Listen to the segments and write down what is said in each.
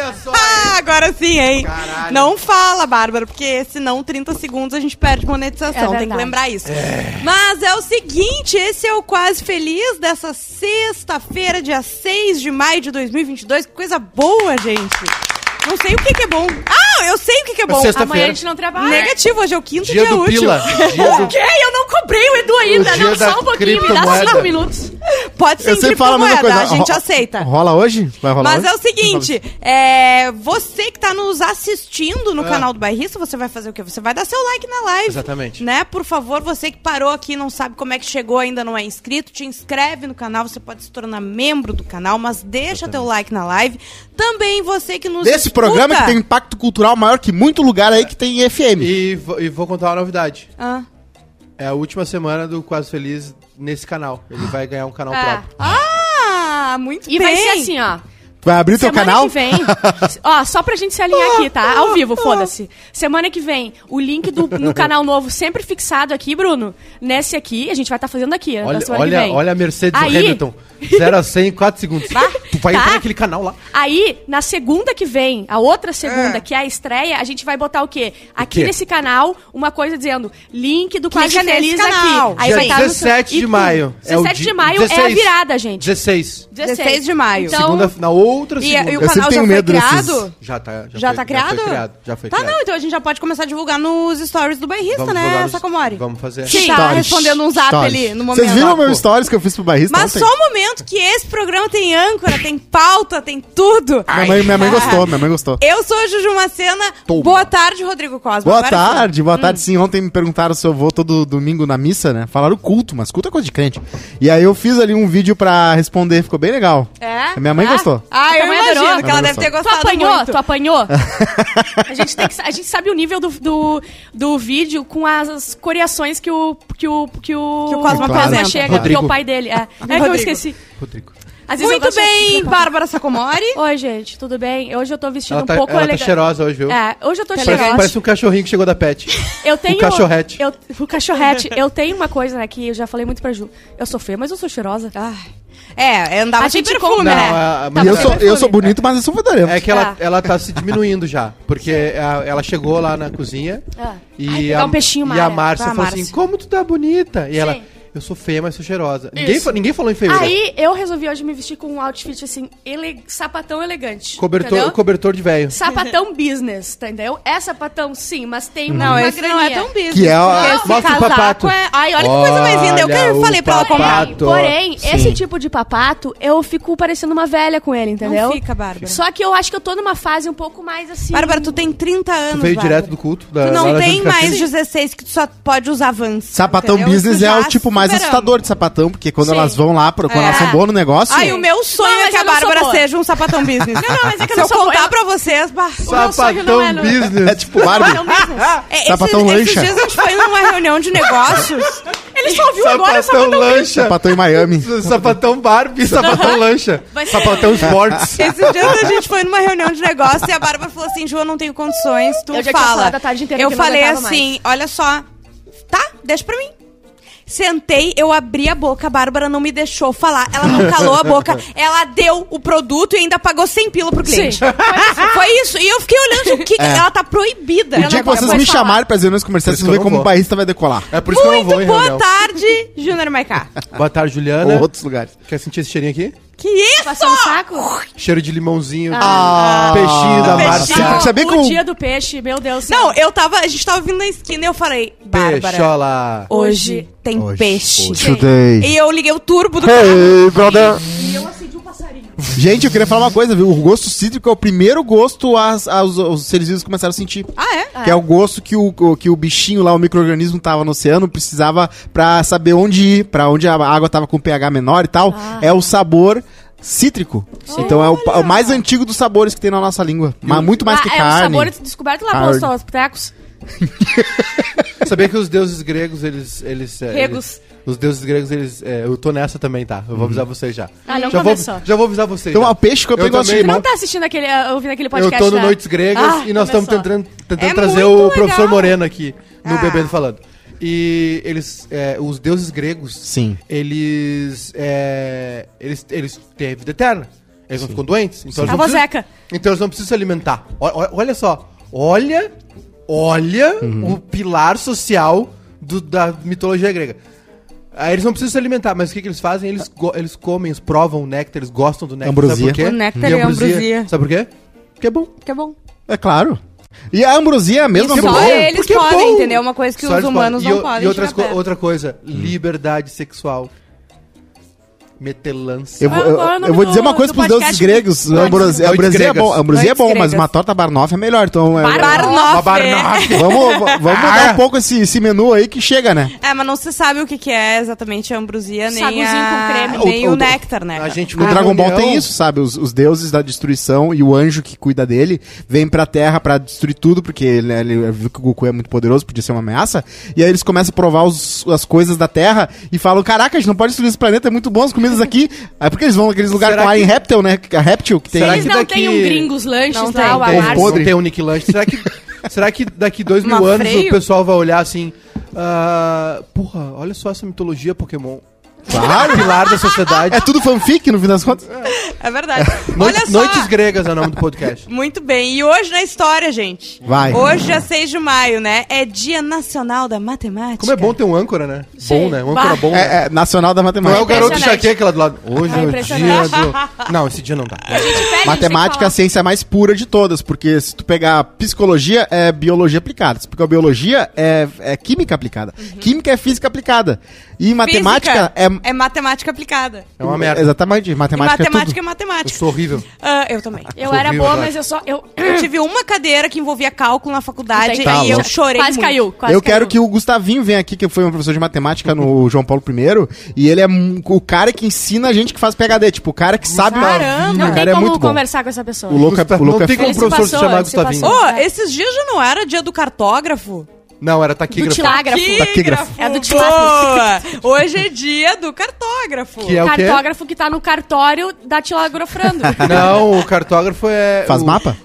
Ah, bullying, Ah, hein? Caralho. Não fala, Bárbara, porque senão 30 segundos a gente perde monetização. Tem que É verdade. lembrar isso. Mas é o seguinte, esse é o Quase Feliz dessa sexta-feira, dia 6 de maio de 2022. Que coisa boa, gente. Não sei o que, que é bom. Ah, eu sei o que, que é bom. sexta- Amanhã a Sexta-feira. gente não trabalha. Negativo, hoje é o quinto dia, Dia do útil. pila. Dia do- O quê? Eu não comprei o Edu ainda. O dia Não, da só um pouquinho. Me dá criptomoeda. cinco minutos. Pode ser Eu tipo sempre falo a mesma criptomoeda, coisa. a gente Ro- aceita. Rola hoje? Vai rolar Mas hoje? é o seguinte, é, você que tá nos assistindo Ah. no canal do Bairrista, você vai fazer o quê? Você vai dar seu like na live. Exatamente. Né? Por favor, você que parou aqui e não sabe como é que chegou, ainda não é inscrito, te inscreve no canal, você pode se tornar membro do canal, mas deixa teu like na live. Também você que nos Desse escuta- programa que tem um impacto cultural maior que muito lugar aí que tem FM. E, vo- e vou contar uma novidade. Ah. É a última semana do Quase Feliz nesse canal. Ele vai ganhar um canal É. próprio. Ah, muito E bem. vai ser assim, ó. Vai abrir o teu Semana canal? que vem. Ó, só pra gente se alinhar aqui, tá? Ao vivo, foda-se. Semana que vem, o link do, no canal novo sempre fixado aqui, Bruno. Nesse aqui, a gente vai estar fazendo aqui, né? na Olha, semana que olha, vem. olha a Mercedes Aí- do Hamilton. 0 a 100 em 4 segundos. tu vai tá. entrar naquele canal lá. Aí, na segunda que vem, a outra segunda, que é a estreia, a gente vai botar o quê? Aqui quê? nesse canal, uma coisa dizendo link do Quase Clica nesse Feliz canal. aqui. Aí Dia vai estar no seu- 17 e de tudo. maio. É o 17 de dia- maio é a 16. virada, gente. 16. 16 de maio. Então, é, Segunda, na outra E, segunda. e o Eu sempre canal já tenho foi medo desses- criado? Já tá, Já foi- tá criado? Já foi criado. Já foi Tá, criado. não, então a gente já pode começar a divulgar nos stories do bairrista, Vamos né, divulgar nos- Sacomori? Vamos fazer. Sim. tá respondendo um zap ali no momento. Vocês viram Ah, o meu pô. stories que eu fiz pro barrista Mas ontem? só um o momento que esse programa tem âncora, tem pauta, tem tudo. Ah. Minha mãe, minha mãe gostou, minha mãe gostou. Eu sou a Juju Macena. Toma. Boa tarde, Rodrigo Cosma. Boa Agora Hum. sim. tarde, boa tarde. Sim, ontem me perguntaram se eu vou todo domingo na missa, né? Falaram culto, mas culto é coisa de crente. E aí eu fiz ali um vídeo pra responder, ficou bem legal. É? Minha mãe Ah. gostou. Ah, Tua eu mãe imagino adorou? que ela Olha deve só. ter Tu gostado apanhou? muito. Tu apanhou? a, gente tem que, sa- a gente sabe o nível do, do, do vídeo com as, as coreações que o que o que o, Que o Cosma apresenta. chega, Rodrigo. que é o pai dele. É, é que eu Rodrigo. esqueci. Rodrigo. Às vezes eu Muito gosto de- bem, Bárbara Sacomori. Oi, gente, tudo bem? Hoje eu tô vestida Ela um tá, pouco ela tá elegante. cheirosa hoje, viu? É, hoje eu tô Parece, cheirosa. parece um cachorrinho que chegou da pet. Eu tenho. um cachorrete. Eu, o cachorrete. Eu tenho uma coisa, né, que eu já falei muito pra Ju. Eu sou feia, mas eu sou cheirosa. Ai. É, andava A sem gente perfume, compra- né? Não, a- a- Tá E eu bom. sou, eu sou Perfume. bonito, mas eu sou fedorento. É que ela, Ah. ela tá se diminuindo já. Porque a- ela chegou lá na cozinha Ah. Ai, e, pegar a, um peixinho, e a Mara. Márcia Vai, falou assim: Márcia. Como tu tá bonita? E ela, Sim. eu sou feia, mas sou cheirosa. Ninguém, fa- ninguém falou em é feia. né? Aí eu resolvi hoje me vestir com um outfit assim, ele... sapatão elegante. cobertor, entendeu? cobertor de velho. Sapatão business, entendeu? É sapatão sim, mas Uhum. tem uma Não, esse graninha. não é tão business. Que é a- Esse Mostra o casaco papato. é- Ai, olha que coisa mais linda. Eu Olha que o falei pra ela comprar. papato. Porém, porém, Sim. esse tipo de papato, eu fico parecendo uma velha com ele, entendeu? Não fica, Bárbara. Só que eu acho que eu tô numa fase um pouco mais assim... Bárbara, tu tem 30 anos, Tu veio Bárbara. direto do culto. Da, Tu lá não na tem Juliana mais Cassini. 16 que tu só pode usar Vans. assim. Sapatão entendeu? business Isso é já o tipo mais superamos. assustador de sapatão, porque quando Sim. elas vão lá, pro- quando É. elas são boas no negócio. Ai, o meu sonho Não, é mas que a eu não sou Bárbara boa. seja um sapatão business. Não, não, mas é que eu Se não eu sou boa. contar Eu- pra vocês... Bah, meu sonho não é Sapatão no- business. É tipo Barbie. Sapatão business. é, sapatão esses, lancha. Esses dias a gente foi numa reunião de negócios. Ele só ouviu é agora, só sapatão lancha. Sapatão em Miami. Sapatão Barbie, sapatão lancha. Vai ser- Sapatão esportes. Esses dias a gente foi numa reunião de negócios e a Bárbara falou assim, Ju, eu não tenho condições, tu Eu já tinha fala. falado a tarde inteira eu que não falei aguentava assim, olha só, tá, deixa pra mim. Sentei, eu abri a boca, a Bárbara não me deixou falar, ela não calou a boca, ela deu o produto e ainda pagou 100 pila pro cliente. Sim. Foi isso, e eu fiquei olhando, o É. que que- ela tá proibida. O dia que vocês me chamarem para as reuniões comerciais, Por isso vocês que vão ver eu como não vou. o barrista vai decolar. É por isso que eu não vou Muito em boa reunião. tarde, Júnior Maiká. Boa tarde, Juliana. Ou outros lugares. Quer sentir esse cheirinho aqui? Que isso? Passou no saco? Cheiro de limãozinho. Ah. Peixinho da Ah. Márcia. Peixinho. Sabia que o o- é dia do peixe, meu Deus do Não, céu. eu tava, a gente tava vindo na esquina e eu falei, Bárbara, Peixola. hoje tem peixe. Sim. Today. E eu liguei o turbo do É. carro. Hey, brother. um Gente, eu queria falar uma coisa, viu? O gosto cítrico é o primeiro gosto as, as- os seres vivos começaram a sentir. Ah, é? Que é o gosto que o, o- que o bichinho lá, o micro-organismo tava no oceano, precisava pra saber onde ir, pra onde a água tava com pH menor e tal. Ah. É o sabor cítrico. Então é o, pa- o mais antigo dos sabores que tem na nossa língua. Mas muito mais que Ah, É um carne. sabor descoberto lá Carne. pelos aos pitecos. Sabia que os deuses gregos, eles. eles é, Gregos. eles- os deuses gregos, eles. é, eu tô nessa também, tá? Eu vou avisar vocês já. Ah, não já começou. Vou, já vou avisar vocês. Então, já. o peixe que eu, Eu eu gosto de também. Tu limão. não tá assistindo aquele, ah, ouvindo aquele eu podcast, tô no né? Noites Gregas Ah, e nós estamos começou. tentando, tentando É trazer muito o legal. professor Moreno aqui no Ah. Bebendo Falando. E eles. é, os deuses gregos. Sim. Eles. é, eles, eles têm a vida eterna. Eles não ficam doentes. Então eles Tava não precisam- Zeca. Então eles não precisam se alimentar. O- o- olha só. Olha, olha Uhum. o pilar social do- da mitologia grega. Aí eles não precisam se alimentar, mas o que, que eles fazem? Eles, go- eles comem, eles provam o néctar, eles gostam do néctar. Ambrosia. Sabe por quê? O néctar E e a ambrosia. Sabe por quê? Porque é bom. Que é bom. É claro. E a ambrosia é a mesma E só ambrosia. eles Porque é podem, bom. entendeu? Uma coisa que Só os eles humanos podem. não E o- podem E outras chegar co- perto. outra coisa, Hum. liberdade sexual. Metelança. Eu, vou- Ah, eu- Agora o nome eu vou do- dizer uma coisa do pros podcast deuses gregos. Noites- Noites Ambrosia, ambrosia é gregas. bom, ambrosia é bom Noites mas gregas. uma torta barnoff é melhor. Então, é- Barnoff. vamos, vamos Ah. mudar um pouco esse, esse menu aí que chega, né? É, mas não se sabe o que, que é exatamente a ambrosia, nem, Saguzinho a... com creme. nem Ah, O- o, o- néctar, né? A gente O Tipo, Dragon Ball tem isso, sabe? Os, os deuses da destruição e o anjo que cuida dele vem pra terra pra destruir tudo, porque ele, ele viu que o Goku é muito poderoso, podia ser uma ameaça. E aí eles começam a provar os- as coisas da terra e falam: Caraca, a gente não pode destruir esse planeta, é muito bom as comidas aqui. Aí porque eles vão naqueles lugares Será com a que- Reptil, né? A Reptil que tem. Será Eles que não daqui- têm um gringos lanches Não lá, tem. o Tem, Alarzo. um podre. podre. tem o Nick Lanche. Será que, será que daqui dois mil Uma anos freio? o pessoal vai olhar assim... ah, porra, olha só essa mitologia Pokémon. Claro. Pilar da sociedade. É tudo fanfic, no fim das contas. É verdade. Olha Noites, só. Noites Gregas é o nome do podcast. Muito bem. E hoje na história, gente. Vai. Hoje, dia 6 de maio, né? É Dia Nacional da Matemática. Como é bom ter um âncora, né? Sim. Bom, né? Um âncora Bah. bom. né? É, é, Nacional da Não é Matemática. o garoto Impressionante. chaqueca lá do lado. Hoje É é, o dia impressionante. do... Não, esse dia não dá. A gente pede, Matemática é a ciência mais pura de todas, porque se tu pegar psicologia, é biologia aplicada. Se tu pegar biologia, é, é química aplicada. Uhum. Química é física aplicada. E Física matemática é... É matemática aplicada. É uma merda. Exatamente, E matemática, matemática é, é Eu matemática. sou horrível. Ah, eu também. Eu era Horrível, boa, né? mas eu só... Eu... Eu tive uma cadeira que envolvia cálculo na faculdade Tá e eu louco. chorei Quase muito. caiu, tudo. quase é Eu caiu. quero que o Gustavinho venha aqui, que foi um professor de matemática no João Paulo I, e ele é um- o cara que ensina a gente que faz PHD, tipo, o cara que sabe... Caramba. o Não cara tem é como muito bom. conversar com essa pessoa. O louco é, Gusta- o louco não é tem como Ele se professor se passou, chamar ele se Gustavinho. passou. Ô, esses dias já não era dia do cartógrafo? Não, era Do taquígrafo. tilágrafo. Taquígrafo. É É do do tilágrafo. Boa. Hoje é dia do cartógrafo. Que é o quê? Cartógrafo que tá no cartório da tilografrando. Não, o cartógrafo é... Faz o- mapa?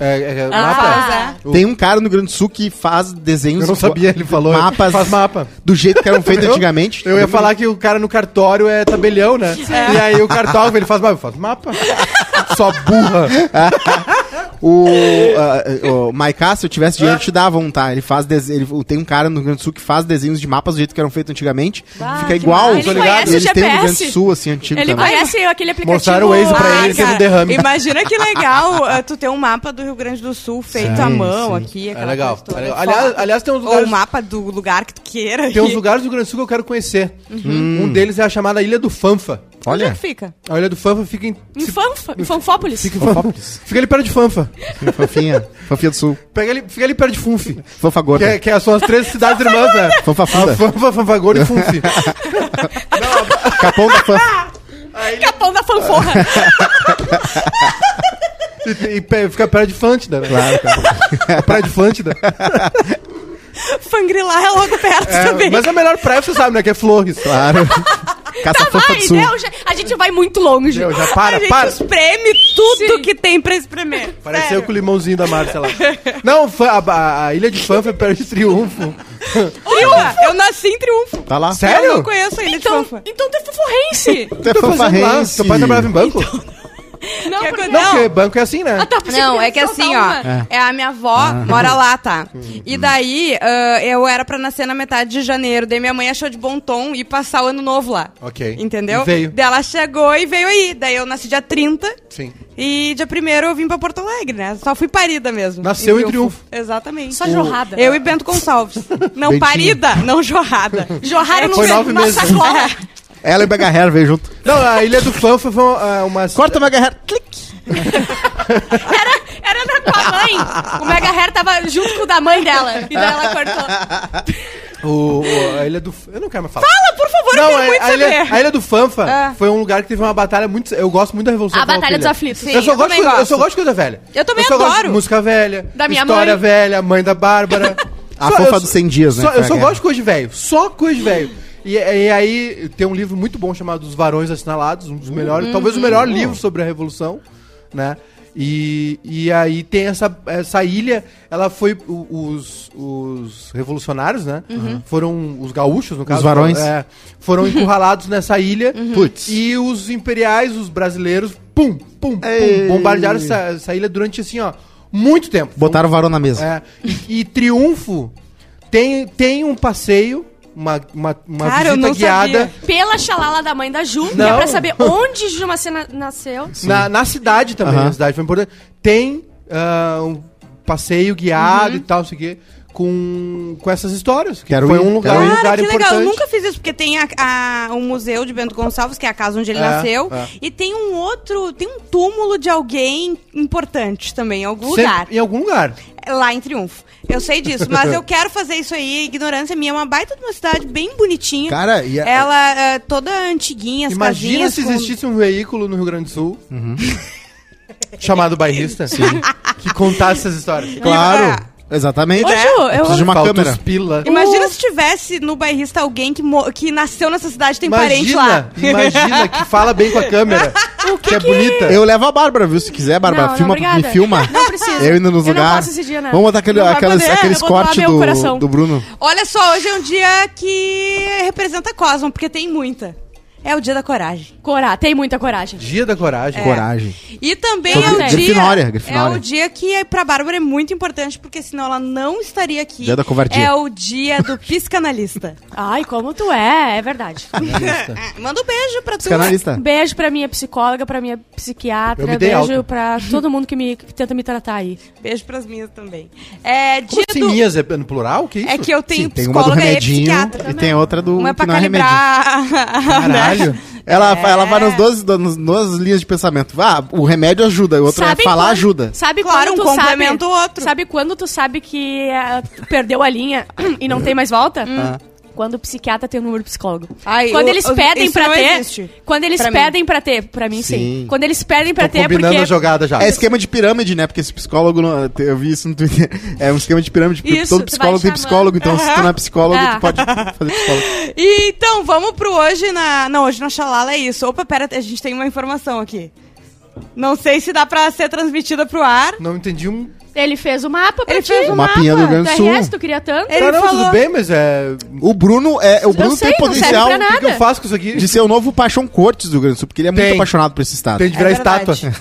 É, é, é Ah, mapa. faz, é. O- Tem um cara no Rio Grande do Sul que faz desenhos... Eu não sabia, ele falou. Mapas Faz mapa. do jeito que eram feitos Eu- antigamente. Eu ia falar que o cara no cartório é tabelião, né? É. E aí o cartógrafo, ele faz mapa. Faz mapa. Só burra. O, ah, o Maiká, se eu tivesse dinheiro, eu te dava um, tá? Ele faz dese- ele, tem um cara no Rio Grande do Sul que faz desenhos de mapas do jeito que eram feitos antigamente. Fica igual, maravilha. tá Ele ligado? conhece o Eles têm um Rio Grande GPS. do Sul, assim, antigo Ele também. conhece aquele aplicativo... Mostraram o Waze pra Ah, ele, teve um cara, derrame. Imagina que legal eh, tu ter um mapa do Rio Grande do Sul feito Sim, à mão sim. aqui. É aquela legal. coisa toda. é legal. Aliás, aliás, tem uns Ou o lugares... mapa do lugar que tu queira. Tem uns e- lugares do Rio Grande do Sul que eu quero conhecer. Um deles é a chamada Ilha do Fanfa. Onde é que Uhum. Olha. fica? A Ilha do Fanfa fica em... Em Fanfa- em Fanfópolis. Fofópolis. Fica ali perto de Fanfa. Fofinha. Fofinha do Sul. Pega ali, fica ali perto de Funfi. Fofa Que, é- gorda. que é- são as três cidades irmãs, né? Fanfa A funda. Fanfa, Fanfagor e Funfi. Capão da Tá fanfa. Capão é da fanforra. E, e pe- fica perto de Fântida, né? Claro, cara. A praia de Fântida. Fangrilar é logo perto É, também. mas a melhor praia, você sabe, né? Que é Flores. Claro. Caça fofa Ai, do Sul. deu, já- Tá, a gente vai muito longe. Eu já a para, gente para. espreme tudo Sim. que tem pra espremer. Pareceu Sério. com o limãozinho da Márcia lá. Não, fa- a, a- a Ilha de Fanfa é perto de Triunfo. Triunfo! Eu nasci em Triunfo. Tá lá. Sério? Eu não conheço a Ilha Então, de Fanfa. então tu é foforrense. Tu é Tá fazendo fofa lá? rense. Seu pai trabalhava em banco? Então, Não, porque... acontece? Não, porque banco é assim, né? Ah, tá, pensei Não, ia é que soltar assim, uma. ó. É a minha avó, Ah. mora lá, tá? Hum. E daí, ah, eu era pra nascer na metade de janeiro. Daí minha mãe achou de bom tom ir passar o ano novo lá. Ok. Entendeu? E veio. Daí ela chegou e veio aí. Daí eu nasci dia 30 Sim. e dia 1 eu vim pra Porto Alegre, né? Só fui parida mesmo. Nasceu um em É. Exatamente. Só jorrada. Eu e Bento Gonçalves. Não Bentinho. parida, não jorrada. Jorraram no É, Foi meu- nove na meses. sacola. Ela e Mega Hair veio junto. Não, a Ilha do Fanfa foi uma... ah, uma Corta Mega Hair. Clique. Era da tua mãe. O Mega Hair tava junto com o da mãe dela. E daí ela cortou. o, o- a Ilha do... Eu não quero mais falar. Fala, por favor, eu Não, quero é- muito a, ilha, saber. a Ilha do Fanfa Ah. foi um lugar que teve uma batalha muito. Eu gosto muito da Revolução A Batalha Farroupilha. dos Aflitos. Sim, eu, só eu gosto, também de coisa- eu gosto. só gosto de coisa velha. Eu também só gosto de adoro. música velha, Da minha história mãe. velha, mãe da Bárbara. A Só- fofa eu- dos 100 dias, né, só- foi eu a só guerra. gosto de coisa de velho. Só coisa de velho. E, e aí tem um livro muito bom chamado Os Varões Assinalados, um dos melhores, Uhum. talvez o melhor livro sobre a Revolução, né? E, e aí tem essa, essa ilha, ela foi. o- Os, os revolucionários, né? Uhum. Foram os gaúchos, no caso. varões. Uhum. é, foram encurralados nessa ilha. Putz. E os imperiais, os brasileiros, pum, pum, pum. Ei. Bombardearam essa, essa ilha durante, assim, ó, muito tempo. Botaram o varão na mesa. É, e, e Triunfo tem, tem um passeio, uma, uma, uma Cara, eu visita não guiada sabia. Pela xalala da mãe da Ju, que é Não. pra saber onde Ju Macena nasceu. na, na cidade também. Aham. Na cidade foi importante. Tem ah, um passeio Uhum. guiado e tal, não sei o quê, com, com essas histórias. Que Quero foi ir, um lugar, quero um ir. Cara, lugar que importante. legal. Eu nunca fiz isso, porque tem a, a- o museu de Bento Gonçalves, que é a casa onde ele É, nasceu. é. E tem um outro, tem um túmulo de alguém importante também, em algum Sempre- um lugar. Em algum lugar. Lá em Triunfo. Eu sei disso, mas eu quero fazer isso aí. Ignorância minha é uma baita de uma cidade bem É. bonitinha. Cara, e a- Ela é toda antiguinha, as Imagina casinhas se com- existisse um veículo no Rio Grande do Sul. Uhum. Chamado bairrista. Que contasse essas histórias. Claro. Exatamente. Ô, Ju, eu- Preciso de uma Falta câmera. os pila. Imagina se tivesse no bairrista alguém que, mo- que nasceu nessa cidade, tem um parente Imagina, lá. imagina que fala bem com a câmera. que, é bonita. Eu levo a Bárbara, viu? Se quiser, Bárbara, Não, não, filma, me obrigada. filma. Não precisa. Eu indo nos Eu não lugares. posso esse dia, né? Vamos botar aquele, Não vai aquelas, poder, aqueles eu vou doar cortes meu do, coração. do Bruno. Olha só, hoje é um dia que representa Cosmo, porque tem muita. É o dia da coragem. Corá, tem muita coragem. Dia da coragem. É. É. Coragem. E também Sobre é o dia. Grifinória, Grifinória. É o dia que é, pra Bárbara é muito importante, porque senão ela não estaria aqui. Dia da covardia. É o dia do psicanalista. Ai, como tu é, é verdade. Ah, Manda um beijo pra tu. Psicanalista. Beijo pra minha psicóloga, pra minha psiquiatra, Um Eu me dei beijo alta. pra todo mundo que, me, que tenta me tratar aí. Beijo pras minhas também. É Como dia assim, do. minhas é no plural? Que isso? É que eu tenho Sim, tem uma do psicóloga e remedinho psiquiatra. e tem outra do Uma é pra que não é remedinho. calibrar. né? Caralho. Ela, É. ela vai nas duas, nas duas linhas de pensamento. Ah, o remédio ajuda, o outro é Sabe falar quando- ajuda. Sabe Claro, quando um tu sabe, complementa o outro. Sabe quando tu sabe que eh, tu perdeu a linha e não tem mais volta? Hum. Ah. Quando o psiquiatra tem o número do psicólogo. Ai, quando o- eles o- pedem isso pra não ter, existe. quando eles Pra mim. pedem pra ter, pra mim sim. Sim. Quando eles pedem pra Tô ter combinando porque a jogada já. É esquema de pirâmide, né? Porque esse psicólogo. não- Eu vi isso no Twitter. É um esquema de pirâmide. porque Isso, todo tu psicólogo vai tem psicólogo, então se tu não é psicólogo, Ah. tu pode fazer psicólogo. E então, vamos pro hoje na. Não, hoje na Xalala é isso. Opa, pera, a gente tem uma informação aqui. Não sei se dá pra ser transmitida pro ar. Não entendi um. ele fez o mapa pra Ele ti. fez o O mapinha mapa. do Rio Grande do Tu RS, Sul. tu queria tanto. Ele Caramba, falou- tudo bem, mas é. O Bruno é. O Bruno sei, tem não serve potencial pra nada. O que, que eu faço com isso aqui? de ser o novo Paixão Cortes do Rio Grande do Sul, porque ele é muito Tem. apaixonado por esse estado. Tem de virar É verdade. estátua.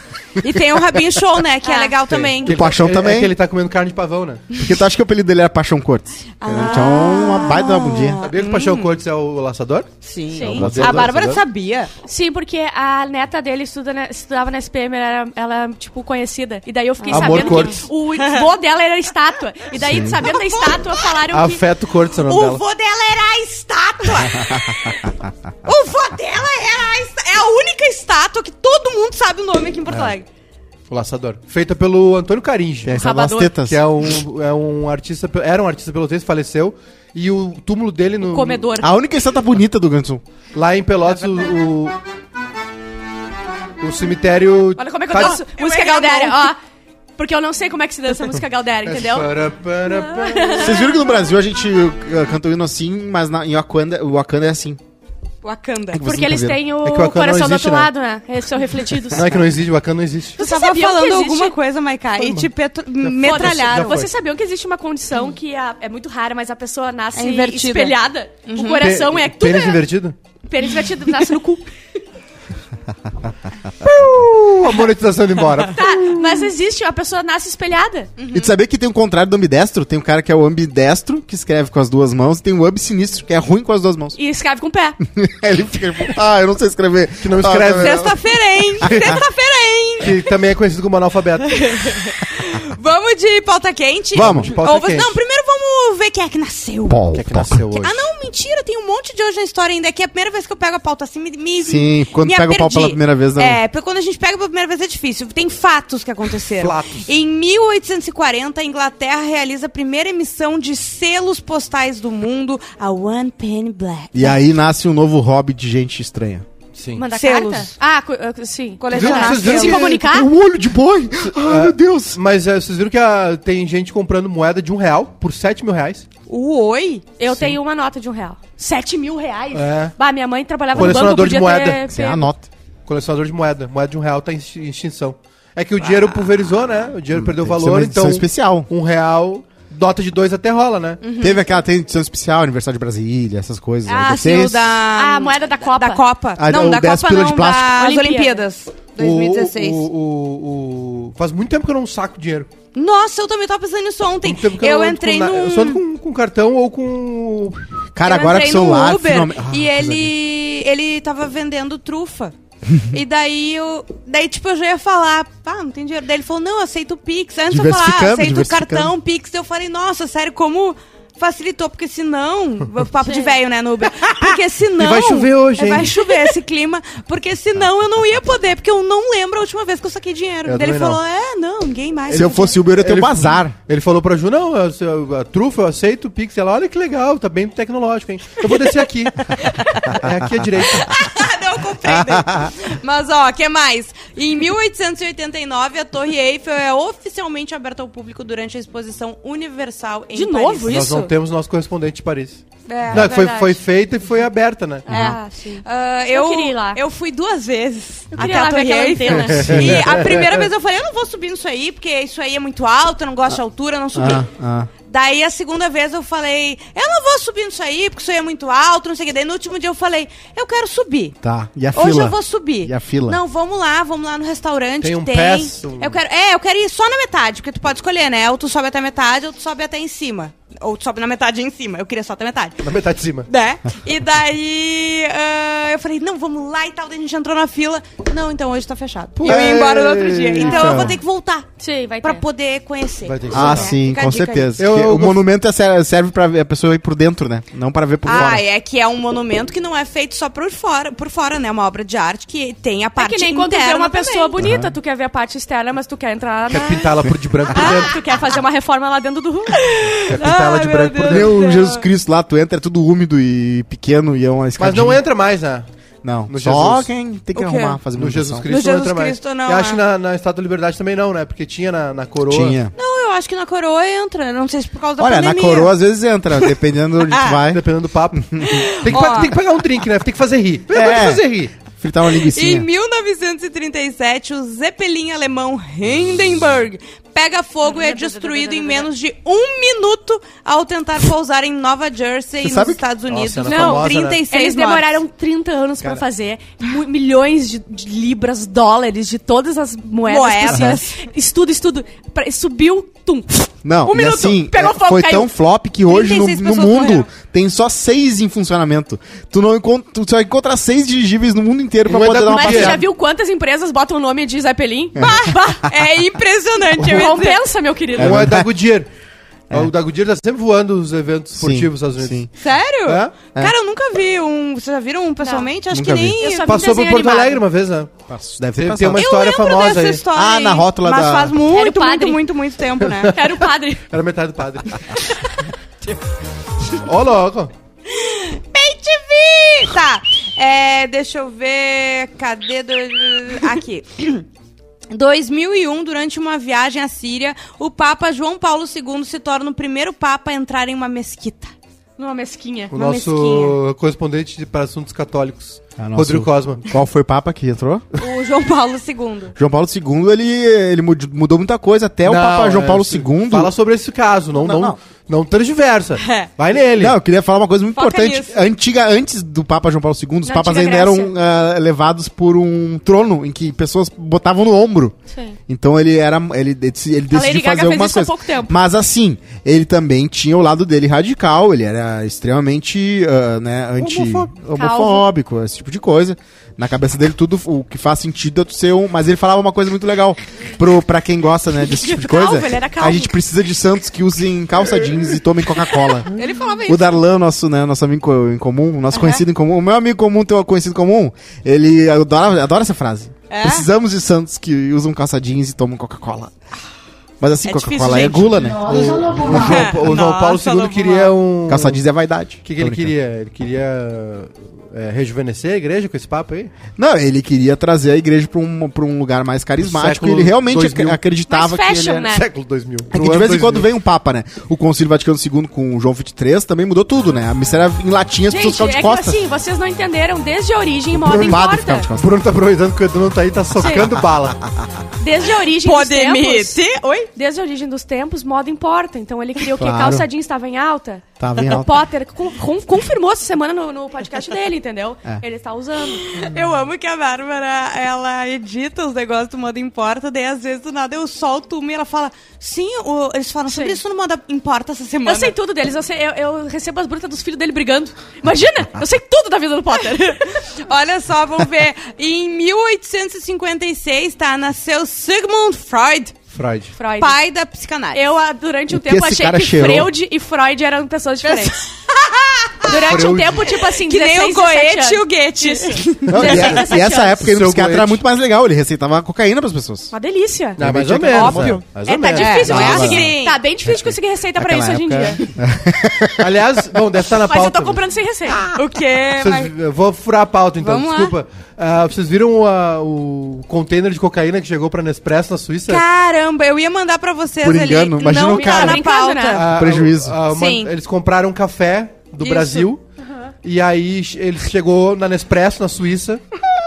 E tem o Rabinho Show, né? Que é Ah. legal também. Que ele- Paixão é- também. É que ele tá comendo carne de pavão, né? Porque tu acha que o apelido dele era Paixão Cortes? Ah. Então, uma baita da bundinha. Sabia que o Hum. Paixão Cortes é o laçador? Sim. Sim. Laçador, A Bárbara laçador. sabia. Sim, porque a neta dele estuda na- estudava na SPM, ela, era- ela, tipo, conhecida. E daí eu fiquei Amor sabendo Cortes. que o vô dela era estátua. E daí, sabendo da estátua, falaram que... Afeto Cortes é o nome O dela. vô dela era a estátua. o vô dela era a estátua. É a única estátua que todo mundo sabe o nome aqui em É. Porto Alegre. O laçador. Feita pelo Antônio Caringe. Tem essa das Rabador. tetas. Que é um, é um artista, pe- era um artista pelotense, faleceu. E o túmulo dele no. Comedor. A única estátua bonita do Rio Grande do Sul. Lá em Pelotas, o. o... o cemitério. Olha como é que eu tá- danço. Música errei a Galdéria, mão. ó. Porque eu não sei como é que se dança a música Galdéria, entendeu? Vocês viram que no Brasil a gente uh, canta o hino assim, mas na- em Wakanda, o Wakanda é assim. Wakanda. Vocês Porque nunca eles viram. têm o É que o Akan não coração do existe, outro né? lado, né? Eles são refletidos. Não é que não existe, o Akan não existe. Você sabiam tava que falando existe- alguma coisa, Maiká, e te petro... Já metralharam. foi. Vocês sabiam que existe uma condição que a- é muito rara, mas a pessoa nasce É invertida. espelhada. O coração Pe- é tudo. Pênis é- invertido? Pênis invertido, nasce no cu. Uh, a monetização indo embora. Tá, mas existe, a pessoa nasce espelhada. E tu sabia que tem o contrário do ambidestro? Tem um cara que é o ambidestro, que escreve com as duas mãos, e tem o ambisinistro, que é ruim com as duas mãos. E escreve com o pé. Ele fica tipo, ah, tá eu não sei escrever. Que não escreve. Sexta-feira, hein? Sexta-feira, hein? que também é conhecido como analfabeto. Vamos de pauta quente? Vamos, Ou pauta você- quente. Não, primeiro vamos ver quem é que nasceu. Pau, O que é que nasceu hoje? Ah, não, mentira, tem um monte de hoje na história ainda, que é a primeira vez que eu pego a pauta assim, me... me Sim, quando me pega o pau aperdi. pela primeira vez, não. É, porque quando a gente pega pela primeira vez é difícil. Tem fatos que aconteceram. Fatos. Em 1840, a Inglaterra realiza a primeira emissão de selos postais do mundo, a One Penny Black. E aí nasce um novo hobby de gente estranha. Sim. Manda Selos. carta? Ah, co- ah, sim. Colecionar Vocês viram selos. Se que- Tá? comunicar? O É um olho de boi! Ai, É. meu Deus! Mas é, vocês viram que ah, tem gente comprando moeda de um real por 7 mil reais? O oi? Eu tenho uma nota de um real. Sete mil reais? É. Bah, minha mãe trabalhava no banco, Colecionador de podia moeda. É, é ter... Você anota. Colecionador de moeda. Moeda de um real tá em extin- em extinção. É que o dinheiro Ah. pulverizou, né? O dinheiro perdeu Hum, Tem que ser uma valor, edição então especial. um real, nota de dois até rola, né? Hum, Teve aquela tem edição especial, aniversário de Brasília, essas coisas. né? Uhum. Ah, sim, Vocês- o da... Ah, a moeda da Copa. Da Copa. Ah, não, o da 10 Copa pila não, de plástico. das Olimpíadas. Olimpíadas. 2016. O, o- o- o- Faz muito tempo que eu não saco dinheiro. Nossa, eu também tava pensando nisso ontem. Muito tempo que Eu, não ando entrei com na- num. Eu só ando com, com cartão ou com. Cara, eu agora com o entrei celular. num Uber finalmente- Ah, e coisa linda. ele ele tava vendendo trufa. e daí eu, daí tipo eu já ia falar, ah, não tem dinheiro. Daí ele falou: "Não, aceito o Pix". Antes eu falar, Diversificando, aceito o diversificando. cartão, Pix. Eu falei: "Nossa, sério, como facilitou, porque senão, papo de velho, né, no Uber. Porque senão E vai chover hoje, É, hein? Vai chover esse clima, porque senão eu não ia poder, porque eu não lembro a última vez que eu saquei dinheiro. Eu daí também ele não. falou: "É, não, ninguém mais". Se eu fosse Uber, eu ia ter um Ele- bazar. Ele falou pra Ju, não, eu- eu- a trufa eu aceito o Pix. Ela, olha que legal, tá bem tecnológico, hein? Eu vou descer aqui. é aqui à direita. Não comprei. daí. Mas ó, que mais? Em 1889, a Torre Eiffel é oficialmente aberta ao público durante a exposição universal em De Paris. novo Nós Isso. não temos nosso correspondente de Paris. É, não, foi, verdade. foi feita e foi aberta, né? É, sim. Ah, eu, Eu eu queria ir lá. Eu fui duas vezes eu queria lá ver aquela antena. E a primeira vez eu falei, eu não vou subir nisso aí, porque isso aí é muito alto, eu não gosto de altura, eu não subi. Ah, ah. Daí a segunda vez eu falei, eu não vou subir nisso aí, porque isso aí é muito alto, não sei o que. Daí no último dia eu falei, eu quero subir. Tá. E a fila? Hoje eu vou subir. E a fila? Não, vamos lá, vamos lá no restaurante Tem que um tem. pass, um- Eu quero, é, eu quero ir só na metade, porque tu pode escolher, né? Ou tu sobe até a metade, ou tu sobe até em cima. Ou tu sobe na metade e em cima. Eu queria só até a metade. Na metade de cima. Né? E daí ah, eu falei, não, vamos lá e tal. Daí a gente entrou na fila. Não, então hoje tá fechado. E eu ia embora no outro dia. Então, Então. eu vou ter que voltar Sim, vai pra ter. poder conhecer. Vai ter que Ah, É, sim, fica a com dica aí. certeza. Eu- Porque eu o gost- monumento é ser- serve pra a pessoa ir por dentro, né? Não pra ver por fora. Ah, é que é um monumento que não é feito só por fora, por fora, né? Uma obra de arte que tem a É parte que nem interna quando tu vê uma também. pessoa bonita, tu quer ver a parte externa, mas tu quer entrar na... Quer pintar ela por de branco por dentro. Ah, tu quer fazer uma reforma lá dentro do... Quer pintar ela de meu branco por Deus. dentro. Meu Jesus Cristo lá, tu entra, é tudo úmido e pequeno e é uma Mas escadinha. não entra mais, né? Não, No só Jesus. quem tem que O quê? arrumar, fazer No Jesus manutenção. Cristo No não Jesus entra mais. Cristo não, e acho que é. na, na Estátua da Liberdade também não, né? Porque tinha na, na coroa. Tinha. Não, eu acho que na coroa entra. Não sei se por causa da Olha, pandemia. na Ah, coroa às vezes entra, dependendo de onde tu vai. Dependendo do papo. tem, que, Ó. pa- tem que pagar um drink, né? Tem que fazer rir. Tem É. que fazer rir. Fritar uma Em linguiça. 1937, o Zeppelin alemão Hindenburg pega fogo e é destruído em menos de um minuto ao tentar pousar em Nova Jersey, Você nos sabe que- Estados Unidos. Nossa, Não, era famosa, né? 36 mortes. Eles demoraram 30 anos pra fazer mu- milhões de, de libras, dólares, de todas as moedas, Moedas. possíveis. Estudo, estudo. Pra- subiu, tum. Não, um e minuto, assim, pegou é, fogo, foi caiu. tão flop que hoje no, 36 no pessoas mundo morreram. tem só seis em funcionamento. Tu não encontra, tu só encontra seis dirigíveis no mundo inteiro pra Não é poder da dar uma Mas Companhia. você já passeada. viu quantas empresas botam o nome de Zeppelin? É impressionante. eu ia dizer. Compensa, meu querido. Ou é da Goodyear. O da Goodyear tá sempre voando os eventos esportivos Sim, nos Estados Unidos. sim. Sério? É? Cara, eu nunca vi um. Vocês já viram um pessoalmente? Acho Nunca que vi. nem. Eu só Passou vi por desenho Porto animado. Alegre uma vez, né? Deve ter Tem- tem passado. uma Eu história lembro famosa dessa aí. história. Ah, aí, na rótula mas da- faz Era o muito, muito, padre. muito, muito tempo, né? Era o padre. Era metade do padre. Ó, louco. Pay TV! Tá. É, deixa eu ver. Cadê? Do... Aqui. 2001, durante uma viagem à Síria, o Papa João Paulo II se torna o primeiro Papa a entrar em uma mesquita. Numa mesquinha. O Uma nosso mesquinha. correspondente de- para assuntos católicos, Ah, nosso- Rodrigo Cosma. Qual foi o Papa que entrou? O João Paulo II. João Paulo II, ele, ele mud- mudou muita coisa. Até o Não, Papa João é, Paulo se- II. Fala sobre esse caso, não, Não, não, não. não, transversa. É. Vai nele. Não, eu queria falar uma coisa muito Foca importante. nisso. Antiga, antes do Papa João Paulo II, os Na papas ainda antiga eram Grécia. ah, levados por um trono em que pessoas botavam no ombro. Sim. Então ele era ele, deci- ele Lady decidiu Gaga fazer fez algumas isso há coisas. pouco tempo. Mas assim, ele também tinha o lado dele radical, ele era extremamente ah, né, anti Homofóbico. homofóbico, esse tipo de coisa. Na cabeça dele tudo o que faz sentido é tu ser um, mas ele falava uma coisa muito legal pro para quem gosta, né, desse tipo de Calvo, coisa. ele era calvo. A gente precisa de santos que usem calça jeans e tomem Coca-Cola. Ele falava O isso. Darlan, nosso, né, nosso amigo co- em comum, nosso conhecido em comum, o meu amigo comum, teu conhecido comum, ele adora, adora essa frase. É? Precisamos de santos que usam calça jeans e tomam Coca-Cola. Mas assim, É Coca-Cola difícil, é gente. gula, né? O João, o João Nossa, Paulo II Lobo queria um. Calça jeans é vaidade. O que, que ele queria? Ele queria é, rejuvenescer a igreja com esse papo aí? Não, ele queria trazer a igreja pra um, pra um lugar mais carismático. Século Ele realmente 2000. ac- acreditava Mais que ele fashion, era... né? Século 2000. É que No de ano vez em quando 2000. vem um papa, né? O Concílio Vaticano II com o João XXIII também mudou tudo, né? A missa era em latim, as Gente, pessoas ficavam de é que costas. assim, vocês não entenderam desde a origem, O moda padre ficava importa. de costas. Bruno tá aproveitando que o Edu não tá aí, tá socando bala. Desde a origem dos Poder tempos... me ter? Oi? Desde a origem dos tempos, moda importa. Então ele queria o quê? Claro. Calça jeans estava em alta? Tá bem O alto. Potter con- con- confirmou essa semana no, no podcast dele, entendeu? É. Ele está usando. Eu amo que a Bárbara, ela edita os negócios do Moda Importa, daí às vezes do nada eu solto uma e ela fala, sim, o- eles falam sobre Sim. isso no Moda Importa essa semana. Eu sei tudo deles, eu, sei- eu- eu recebo as brutas dos filhos dele brigando. Imagina! Eu sei tudo da vida do Potter. Olha só, vamos ver. Em 1856, tá, nasceu Sigmund Freud, Freud. Freud. pai da psicanálise. Eu, ah, durante um O que tempo, esse achei cara que cheirou? Freud e Freud eram pessoas diferentes. durante um Freud. tempo, tipo assim, que nem o 16, Goethe e 17 o anos. Goethe. Não, e, a- 16, 17 e essa anos. época ele no Seu psiquiatra era Goethe. muito mais legal. Ele receitava cocaína pras pessoas. Uma delícia. Não, mais Tinha ou que- menos. Óbvio. né? Mais É, ou tá menos. difícil não de é conseguir. assim. Tá bem difícil de conseguir receita pra Naquela isso hoje em época- dia. Aliás, bom, deve estar na Mas pauta. né? eu tô comprando sem receita. O quê? Vocês- Mas- eu Vou furar a pauta então, Vamos lá. desculpa. Ah, vocês viram ah, o container de cocaína que chegou pra Nespresso na Suíça? Caramba, eu ia mandar pra vocês Por ali. engano, imagina não o cara. tá na Brincando, pauta. né? Ah, Prejuízo. ah, uma- Sim. eles compraram café do Isso. Brasil e aí ch- ele chegou na Nespresso, na Suíça.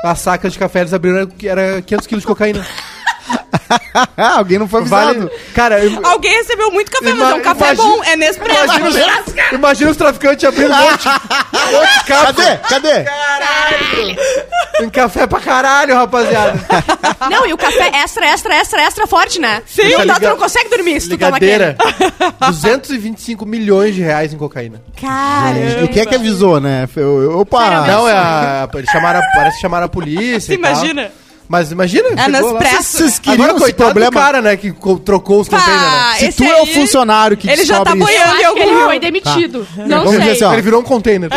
A saca de café eles abriram que era 500 quilos de cocaína. Ah, alguém não foi avisado. Vale. Cara, eu- Alguém recebeu muito café, mas é um Ima- café imagina- bom, é Nespresso. imagina, os, imagina os traficantes abrindo um monte, um monte de café. Cadê? Cadê? Um café pra caralho, rapaziada. Não, e o café extra, extra, extra, extra forte, né? Sim. Deixa Não, dá, tu liga- não consegue dormir se tu toma aquele. Ligadeira. 225 milhões de reais em cocaína. Caramba. E quem é que avisou, né? Eu, eu- opa! Não, é a. Eles chamaram, a- parece que chamaram a polícia. e tal. imagina? Mas imagina. É chegou lá. Nespresso. Vocês queriam Agora, esse coitado problema. do cara, né, que co- trocou os containers, né? Ah, Se esse tu é o aí- funcionário que ele já tá descobre isso, boiando. Eu acho que ele Algum- foi demitido. Não Vamos sei. dizer assim, ó. Ele virou um container. tu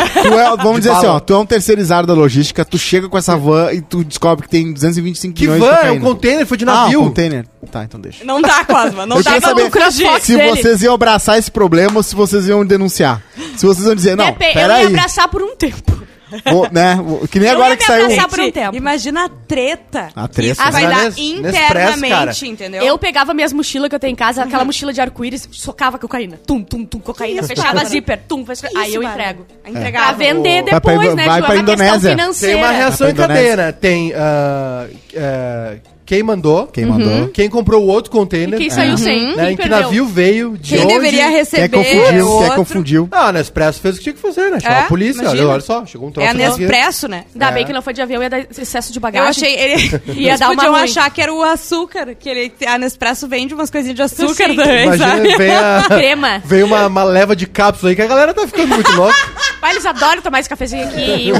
é- vamos De dizer assim, bala. ó, tu é um terceirizado da logística, tu chega com essa van e tu descobre que tem 225 que milhões van, de é um cocaína. container, foi de Ah, um navio. container. Tá, então deixa. Não dá, Cosma. Não Eu dá queria pra saber lucrar de... Crossfox. Se dele. vocês iam abraçar esse problema ou se vocês iam denunciar. Se vocês iam dizer, não, Depe- eu peraí, ia abraçar por um tempo. vou- né, vou- que nem Eu agora ia que me saiu... abraçar Gente, por um tempo. Imagina a treta. A treta, Que vai né? dar Nes- Nespresso, internamente, cara. entendeu? Eu pegava minhas mochilas que eu tenho em casa, aquela mochila de arco-íris, socava cocaína. Tum, tum, tum, cocaína. Isso, Fechava Bárbara. zíper, tum, fechava. Aí eu entrego. Pra Entregava. vender Vai pra- depois, né, vai Ju? pra É uma Indonésia. questão Tem financeira. uma reação Vai em pra cadeia, né? Tem ah, eh, quem mandou, Quem Uhum. mandou? quem comprou o outro container, Quem saiu sem? né, Quem em que perdeu? navio veio, de Quem onde... deveria Quem receber confundiu, o quem outro... confundiu. Ah, a Nespresso fez o que tinha que fazer, né? Chamou É? a polícia, olha, Imagina. olha só, chegou um troço É a aqui. Nespresso, né? Ainda bem É. que não foi de avião, ia dar excesso de Eu bagagem. achei ele. Ia Eles dar uma podiam ruim. achar que era o açúcar, que ele, a Nespresso vende umas coisinhas de açúcar Sim. também, sabe? Imagina, vem, a, Crema. vem uma, uma leva de cápsula aí que a galera tá ficando muito louca. Pai, eles adoram tomar esse cafezinho aqui. Uh,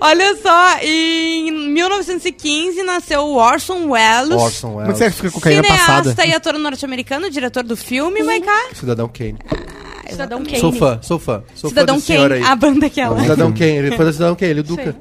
Olha só, em 1915 nasceu Orson Welles. Orson Como é Welles, que você fica com cocaína passada? Cineasta e ator norte-americano, diretor do Uhum. filme, Maiká. Cidadão Kane. Cidadão Kane. Sou fã, sou fã. Sou Cidadão fã desse senhor Kane, aí. a banda é aquela. Não. Cidadão Kane, ele foi da Cidadão Kane, ele, é o Duca.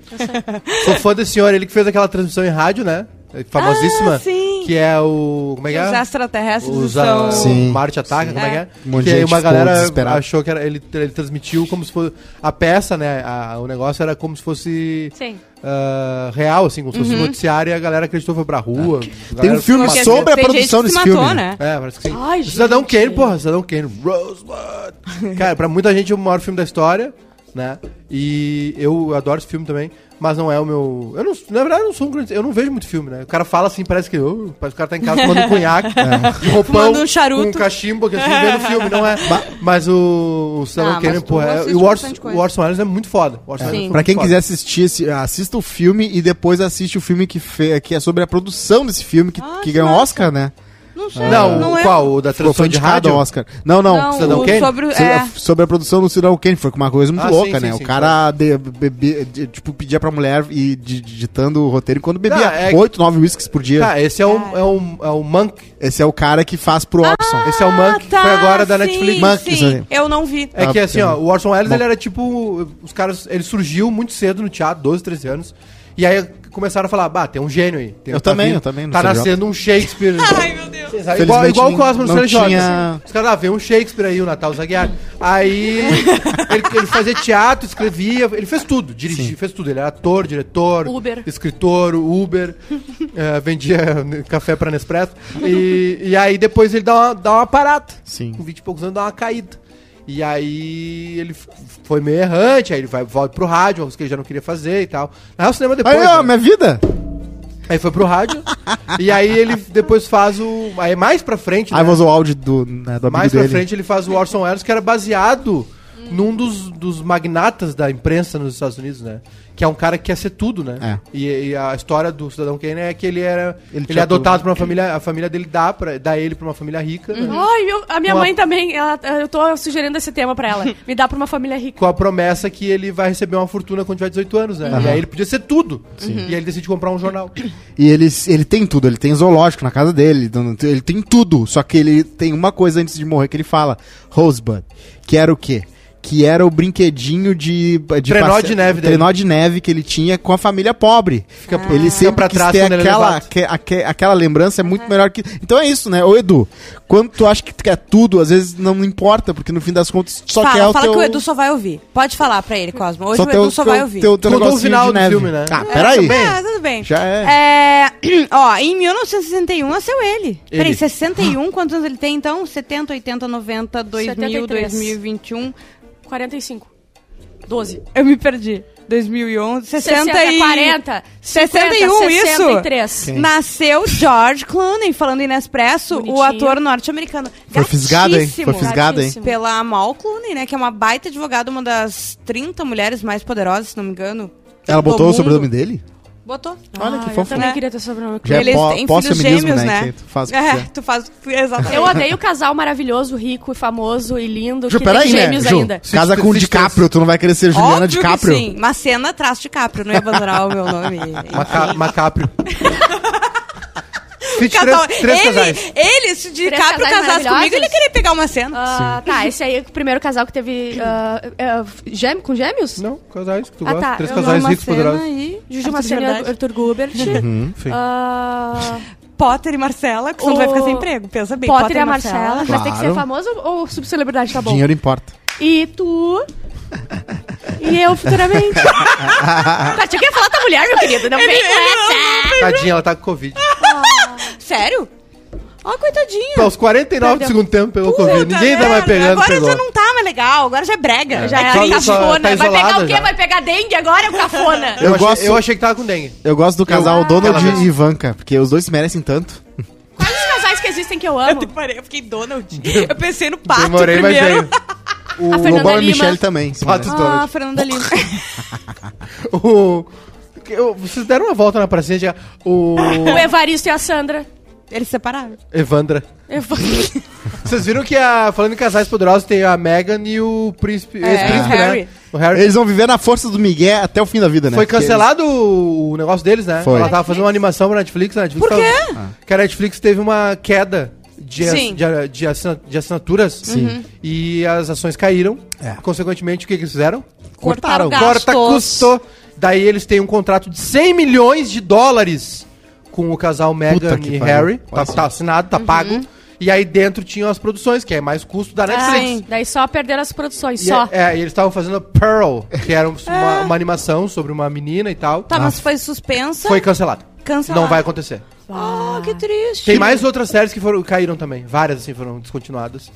Sou fã desse senhor, ele que fez aquela transmissão em rádio, né? Famosíssima. Ah, sim. Que é o. Como é que Os é? extraterrestres Os são... a- Sim. Marte Ataca, como é que É. é? Um monte de que aí gente uma ficou galera desesperada. achou que era, ele, ele transmitiu como se fosse. A peça, né? a- o negócio era como se fosse. Sim. ah, real, assim, como se fosse noticiário e a galera acreditou foi pra rua. Tem um filme Uhum. Ah, Porque sobre a tem gente produção que se desse matou, filme. né? É, parece que sim. Ai, Cidadão gente. Kane, porra, Cidadão Kane. Rosebud. Cara, pra muita gente é o maior filme da história, né? E eu adoro esse filme também, mas não é o meu. Eu não, na verdade, eu não sou um grande. Eu não vejo muito filme, né? O cara fala assim, parece que. oh, parece que o cara tá em casa tomando um conhaque, de roupão, Fumando um charuto. com um cachimbo, aqui, assim, vendo filme, não é? Ma- Mas o, o Cidadão Ah, Kane, mas tu porra, é- assiste e o Orson, bastante coisa. o Orson Welles é muito foda. O Orson Welles é Sim. muito Pra quem foda. quiser assistir, assi- assista o filme e depois assiste o filme que, fe- que é sobre a produção desse filme, que, Ah, que que ganhou massa. Oscar, né? Não sei, Não, não o é. qual? O da Ficou- tradução Foi de indicado rádio? ao Oscar. Não, não. Não, Cidadão o Kane? sobre... o- So- É. Sobre a produção do Cidadão Kane, foi uma coisa muito Ah, louca, sim, né? sim, o sim, cara de- bebia- de- tipo, pedia pra mulher e di- digitando o roteiro enquanto bebia Ah, é- 8, 9 whiskies por dia. Tá, esse é o, é o, é o Monk. Esse é o cara que faz pro Opson. Ah! Esse é o Monk, que foi agora da tá, sim, Netflix. Monk, isso Sim, aí. eu não vi. É Ah, que assim, ó, porque- o Orson Welles, Bom. ele era tipo. Os caras. Ele surgiu muito cedo no teatro, 12, 13 anos. E aí começaram a falar: bah, tem um gênio aí. tem- Eu tá também, vindo- eu também, não Tá sei nascendo um Shakespeare. Ai, meu Deus. Sabe, igual, Felizmente igual o não- Cosmo no não Sérgio tinha- Os caras, ah, vem um Shakespeare aí, o Natal Zaguiar. Aí ele, ele fazia teatro, escrevia, ele fez tudo, dirigia, fez tudo. Ele era ator, diretor, Uber. escritor, Uber, eh, vendia né, café pra Nespresso. E, e aí depois ele dá uma, dá uma parada. Sim. Com 20 e poucos anos dá uma caída. E aí ele f- foi meio errante, aí ele vai, volta pro rádio, algo que ele já não queria fazer e tal. Na real, o cinema depois. Aí, ó, né? minha vida! Aí foi pro rádio. e aí ele depois faz o. Aí mais pra frente. Aí né? eu vou usar o áudio do, né, do amigo Mais pra dele. frente ele faz o Orson Welles, que era baseado num dos, dos magnatas da imprensa nos Estados Unidos, né? Que é um cara que quer ser tudo, né? É. E, e a história do Cidadão Kane é que ele era. Ele Ele, tinha é adotado pra uma família. A família dele dá, pra, dá ele pra uma família rica. né? Ai, meu- a minha Uma- mãe também, ela- eu tô sugerindo esse tema pra ela. Me dá pra uma família rica. Com a promessa que ele vai receber uma fortuna quando tiver 18 anos, né? E aí ele podia ser tudo. E aí ele decide comprar um jornal. Uhum. E ele, ele tem tudo, ele tem zoológico na casa dele, dono- ele tem tudo. Só que ele tem uma coisa antes de morrer que ele fala: Rosebud, que era o quê? Que era o brinquedinho de. de Trenó de neve dele. Trenó de neve que ele tinha com a família pobre. ele sempre pra quis trás ter quando ele é aquela, levado. que- aque- aquela lembrança é muito melhor que. Então é isso, né? Ô Edu, quando tu acha que tu quer tudo, às vezes não importa, porque no fim das contas tu só fala, quer o fala teu... que o Edu só vai ouvir. Pode falar pra ele, Cosmo. Hoje o teu- Edu só vai teu- ouvir. Teu, teu Mudou o negocinho final de do neve. filme, né? Ah, É, peraí. também. Ah, tudo bem. Já é. É, ó, em 1961 nasceu ele. Ele. Peraí, 61, quantos anos ele tem então? 70, 80, 90, 2000, 73. 2021. 45. 12. Eu me perdi. 2011, 60, 60, e... 40. 61, 50, isso? 63. Quem? Nasceu George Clooney, falando em Nespresso, o Bonitinho. ator norte-americano. Foi fisgado, hein? Gatíssimo. Foi fisgado, hein? Gatíssimo. Pela Mal Clooney, né? Que é uma baita advogada, uma das 30 mulheres mais poderosas, se não me engano. Ela do botou o mundo. sobrenome dele? Botou. Olha que eu fofo. também né? queria ter sobrenome. Já é Eles pó- têm filhos pós-feminismo, gêmeos, né, né? que tu faz o que é, quiser. tu faz exatamente. Eu odeio casal maravilhoso, rico e famoso e lindo Ju, que peraí, tem né? gêmeos Ju, ainda. casa Sixty- com o Sixty- DiCaprio, tu não vai querer ser Juliana Óbvio que DiCaprio? Sim, uma cena atrás de Caprio, não ia abandonar o meu nome. Enfim. Maca Macaprio. Fit Casal- três, três casais. ele, ele, se o DiCaprio casais casasse comigo, maravilhosos? ele queria pegar uma cena. Ah, tá, esse aí é o primeiro casal que teve. ah, ah, gême- com gêmeos? Não, casais que tu Ah, gosta. tá. Três Eu casais ricos, poderosos. aí. Juju é Macena e Arthur- Arthur Gubert. Uhum, Enfim. Ah, Potter e Marcela, que senão tu O- vai ficar sem emprego. Pensa bem. Potter e a Marcela. Mas tem que Claro. ser famoso ou subcelebridade, tá bom? Dinheiro importa. E tu. E eu futuramente. tá, tinha que falar da mulher, meu querido. Não É, vem com essa. Tadinha, ela tá com Covid. Sério? Ó, coitadinha. Tá, aos 49 do segundo tempo pegou Covid. Puta Ninguém tá merda, mais pegando, Agora pegou. já não tá mais legal, agora já é brega. Já É, é só- cringe. só- tá Vai pegar isolada o quê? já. Vai pegar dengue agora, o cafona? Eu, Eu achei, gosto- eu achei que tava com dengue. Eu gosto do casal Donald Aquela e Ivanka, porque os dois se merecem tanto. Quais os casais que existem que eu Eu, amo? te- parei, eu fiquei Donald. tipo- Eu pensei no pato Demorei, mas Ah, primeiro. veio. O, A Fernanda- Lobão e Lima. Michelle também. se Pato merecem. Ah, Fernanda Lima. o- que eu- vocês deram uma volta na pracinha já. O. O Evaristo e a Sandra. Eles separaram. Evandra. Vocês viram que a. Falando em casais poderosos, tem a Megan e o príncipe. É, ex-príncipe, o Harry. né? O Harry. Eles vão viver na força do Miguel até o fim da vida, né? Foi Porque eles- cancelado o o negócio deles, né? Foi. Ela tava fazendo uma animação pra Netflix, a Netflix Por tava- Ah. quê? Que a Netflix teve uma queda de, ass- Sim. Uhum. de, a- de assina- de assinaturas e as ações caíram. É. Consequentemente, o que, que eles fizeram? Cortaram. Gastos. Corta custo. Daí eles têm um contrato de 100 milhões de dólares com o casal Meghan que e pariu. Harry. Olha Tá, só. tá assinado, Uhum. tá pago. E aí dentro tinham as produções, que é mais custo da Netflix. sim. Daí só perderam as produções, E só. é- é, e eles estavam fazendo Pearl, que era um- uma, uma animação sobre uma menina e tal. É. Tá, mas foi suspensa. Foi cancelado. Cancelado. Não vai acontecer. Ah, que triste. Tem mais outras séries que foram, caíram também. Várias, assim, foram descontinuadas.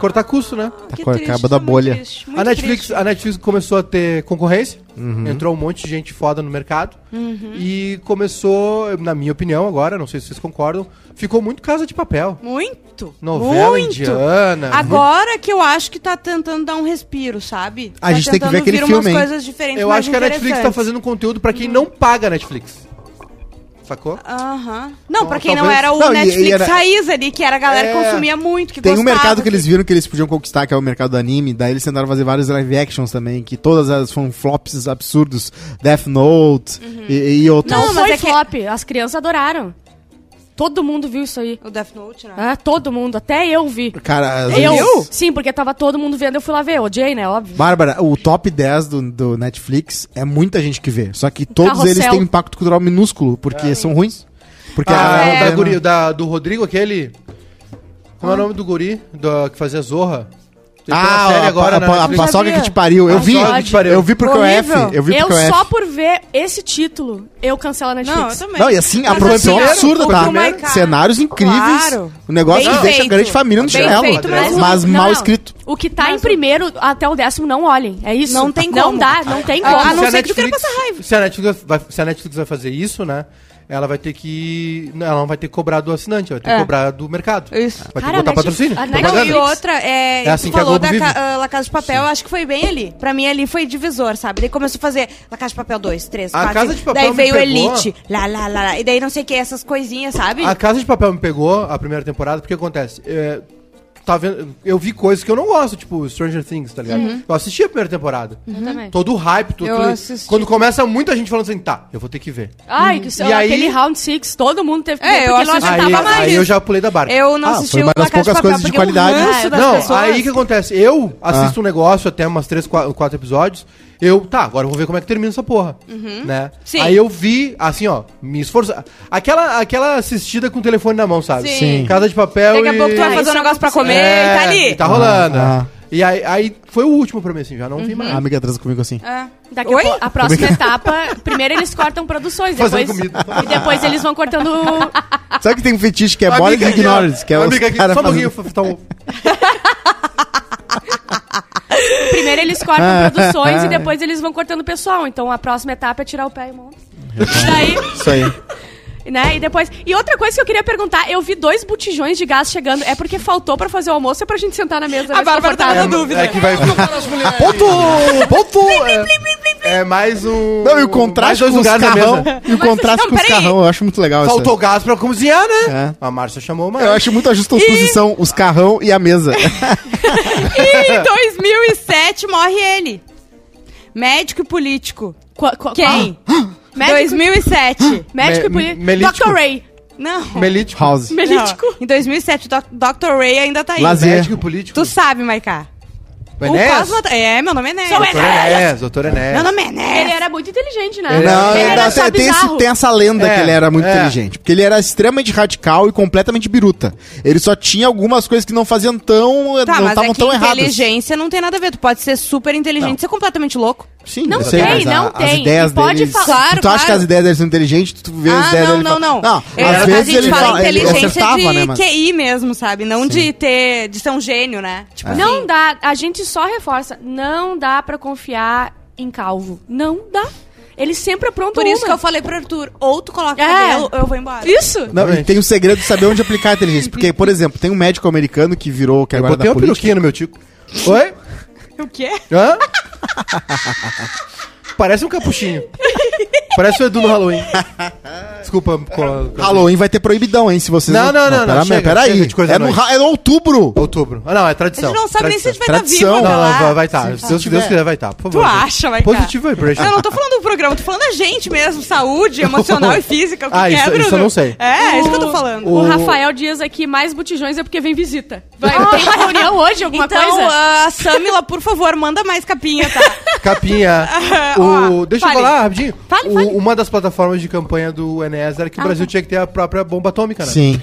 Cortar custo, né? Que com a triste, caba Tá, da muito bolha. triste, Tá muito A Netflix, triste. a Netflix começou a ter concorrência. Entrou um monte de gente foda no mercado. Uhum. E começou, na minha opinião agora, não sei se vocês concordam, ficou muito Casa de Papel. Muito. Novela muito. indiana. Agora que eu acho que tá tentando dar um respiro, sabe? A gente tá tem que tentando ver aquele vir filme, umas hein? coisas diferentes, Eu mais acho que a Netflix tá interessantes. fazendo conteúdo pra quem não paga a Netflix. Sacou? Aham. Não, Então, pra quem não talvez- era o Não, e- e Netflix era- raiz ali, que era a galera que É. consumia muito, que Tem um gostava, mercado que eles viram que eles podiam conquistar, que é o mercado do anime. Daí eles tentaram fazer vários live actions também, que todas elas foram flops absurdos. Death Note e, e outros. Não, Não, mas foi é que... flop. As crianças adoraram. Todo mundo viu isso aí. O Death Note, né? Ah, todo mundo. Até eu vi. Cara, às Eu? vezes- Sim, porque tava todo mundo vendo, eu fui lá ver. Odiei, né? Óbvio. Bárbara, o top 10 do, do Netflix é muita gente que vê. Só que todos Carrossel. eles têm um impacto cultural minúsculo, porque são ruins. Porque É. Ah, a- o da a- guri- da- do Rodrigo, aquele. Como é o nome do guri do, que fazia Zorra? Ele tem uma Ah, série a, agora a, na a- a Netflix. paçoca sabia. que te pariu. Eu vi, Paçoca que te pariu. eu vi porque eu F. Horrível. Eu vi Eu porque eu só F. por ver esse título, eu cancelo a Não, Netflix. eu também. Não, e assim, a Mas produção é assim, absurda, o tá? Primeiro Cara. Cenários incríveis. Claro. O negócio Bem que deixa a feito. grande família no Bem chinelo. feito, mas Mas, o- não, mal não. escrito. O que tá Mas em primeiro até o décimo, não olhem. É isso. Não tem Não como. dá, não tem Ah, como. a não Se ser que tu queira passar raiva. Se a, Netflix vai, se a Netflix vai fazer isso, né? ela vai ter que. Não, ela não vai ter que cobrar do assinante, ela vai ter que É. cobrar do mercado. Isso. é Vai ter Cara, que botar a Netflix- patrocínio. a Não, propaganda. e outra, é, É assim tu que a falou Globo da vive. Ca- ah, La Casa de Papel, eu acho que foi bem ali. Pra mim ali foi divisor, sabe? Daí começou a fazer La Casa de Papel 2, 3, A 4. Casa cinco. de Papel daí me veio pegou. Elite, lá, lá, lá, lá. E daí não sei o que, essas coisinhas, sabe? A Casa de Papel me pegou a primeira temporada, porque acontece. é, tá vendo, eu vi coisas que eu não gosto, tipo Stranger Things, tá ligado? Eu assisti a primeira temporada. também. Todo o hype, tudo. Eu aquilo. assisti. Quando começa muita gente falando assim, tá, eu vou ter que ver. Ai, que sei E lá, aí- aquele round six, todo mundo teve que É, ver, eu porque não assisti- Aí, aguentava mais. aí eu já pulei da barca. Eu não Ah, assisti foi uma o La Casa das de poucas Papel coisas de porque o qualidade. ranço das Não, pessoas... aí o que acontece? Eu Ah. assisto um negócio até umas três, qua- quatro, episódios. Eu, tá, agora eu vou ver como é que termina essa porra. Né? Uhum. Sim. Aí eu vi, assim, ó, me esforçar. Aquela, aquela assistida com o telefone na mão, sabe? Sim. Sim. Casa de papel. Daqui a e- pouco tu vai Ah, fazer isso um negócio pra aconteceu. comer e tá ali. E tá rolando. Ah, ah. E aí, aí foi o último pra mim, assim, já não Uhum. vi mais. A amiga transa comigo assim. Ah. Daqui a, Oi? po- a próxima etapa, primeiro eles cortam produções, Fazendo depois, comida. e depois eles vão cortando. Sabe que tem um fetiche que é Amiga body aqui, ó. ignorance? Que é os Amiga aqui, cara só um fazendo- pouquinho, então, Primeiro eles cortam produções e depois eles vão cortando o pessoal. Então a próxima etapa é tirar o pé e monta. Daí, Isso aí. né? E depois. E outra coisa que eu queria perguntar, eu vi dois botijões de gás chegando. É porque faltou pra fazer o almoço ou é pra gente sentar na mesa? A mais Bárbara tá confortável? dando dúvida. É que vai. ponto! Ponto! é, é mais um. Não, e o mais contraste dois com os lugares na carrão. mesa. E o contraste não, com os peraí. carrão, eu acho muito legal isso. Faltou gás pra cozinhar, né? Tipo assim, É. A Márcia chamou mais. Eu acho muito a justa posição, os carrão e a mesa. E em 2007 morre ele. Médico e político. Qua- qua- Quem? Ah, qual? Médico, 2007. médico e Me- político. melítico. Dr. Ray. Não. Melítico. House. Não. Melítico. Em 2007, Doc- Dr. Ray ainda tá aí. Lazer. Médico e político. Tu sabe, Maiká. O Enéas? cosmota- É, meu nome é Enéas. Sou Doutor Enéas, doutor Enéas. Meu nome é Ele Enéas. era muito inteligente, né? É, Não, ele ainda era só tem, tem, esse- bizarro. tem essa lenda É, que ele era muito é. inteligente. Porque ele era extremamente radical e completamente biruta. Ele só tinha algumas coisas que não faziam tão. Tá, não mas estavam é que tão erradas. inteligência não tem nada a ver. Tu pode ser super inteligente e ser completamente louco. Sim, Não eu tem, mas não tem. As ideias E pode dele. falar- Claro, tu acha que claro. as ideias dele são inteligentes, tu vê as ah, ideias não, dele. não, não, Não, Eu- às vezes a gente ele fala fala, ele inteligência acertava, de né, mas... QI mesmo, sabe? Não de ter... de ser um gênio, né? Tipo, assim, Não dá, a gente só reforça, não dá pra confiar em calvo. Não dá. Ele sempre é apronta Por isso que uma. eu falei pro Arthur, ou tu coloca É. cabelo, ou eu vou embora. Isso. Não, e tem o segredo de saber onde aplicar a inteligência. Porque, por exemplo, tem um médico americano que virou, que Eu agora é botei da uma política. peruquinha no meu tico. Oi? O quê? Hã? Parece um capuchinho. Parece o Edu no Halloween. Desculpa. Com a- com a- Halloween vai ter proibidão, hein? Se vocês. Não, não, não, não, chega, Peraí, chega peraí. de coisa É no ruim. ra- é no outubro. Outubro. Ah, não, é A tradição. gente não sabe nem se a tradição. gente vai estar vivo então, Tradição. até Não, lá. vai- vai estar. Se Se Deus tiver. quiser, vai estar. Por favor. Tu acha, vai tá. Positivo vibration. Eu não tô falando do programa, tô falando da gente mesmo. Saúde emocional e física. O que Ah, que é, isso- Bruno? isso eu não sei. É, é isso que eu tô falando. O Rafael Dias aqui, mais botijões é porque vem visita. Vai, tem ah, reunião hoje, alguma então, coisa? a Samila, por favor, manda mais capinha, tá? Capinha. Ah, Ó, O- deixa fale. eu falar rapidinho. Fale, O- fale. Ah, tá. Uma das plataformas de campanha do Enéas era que o Brasil tinha que ter a própria bomba atômica, né? Sim.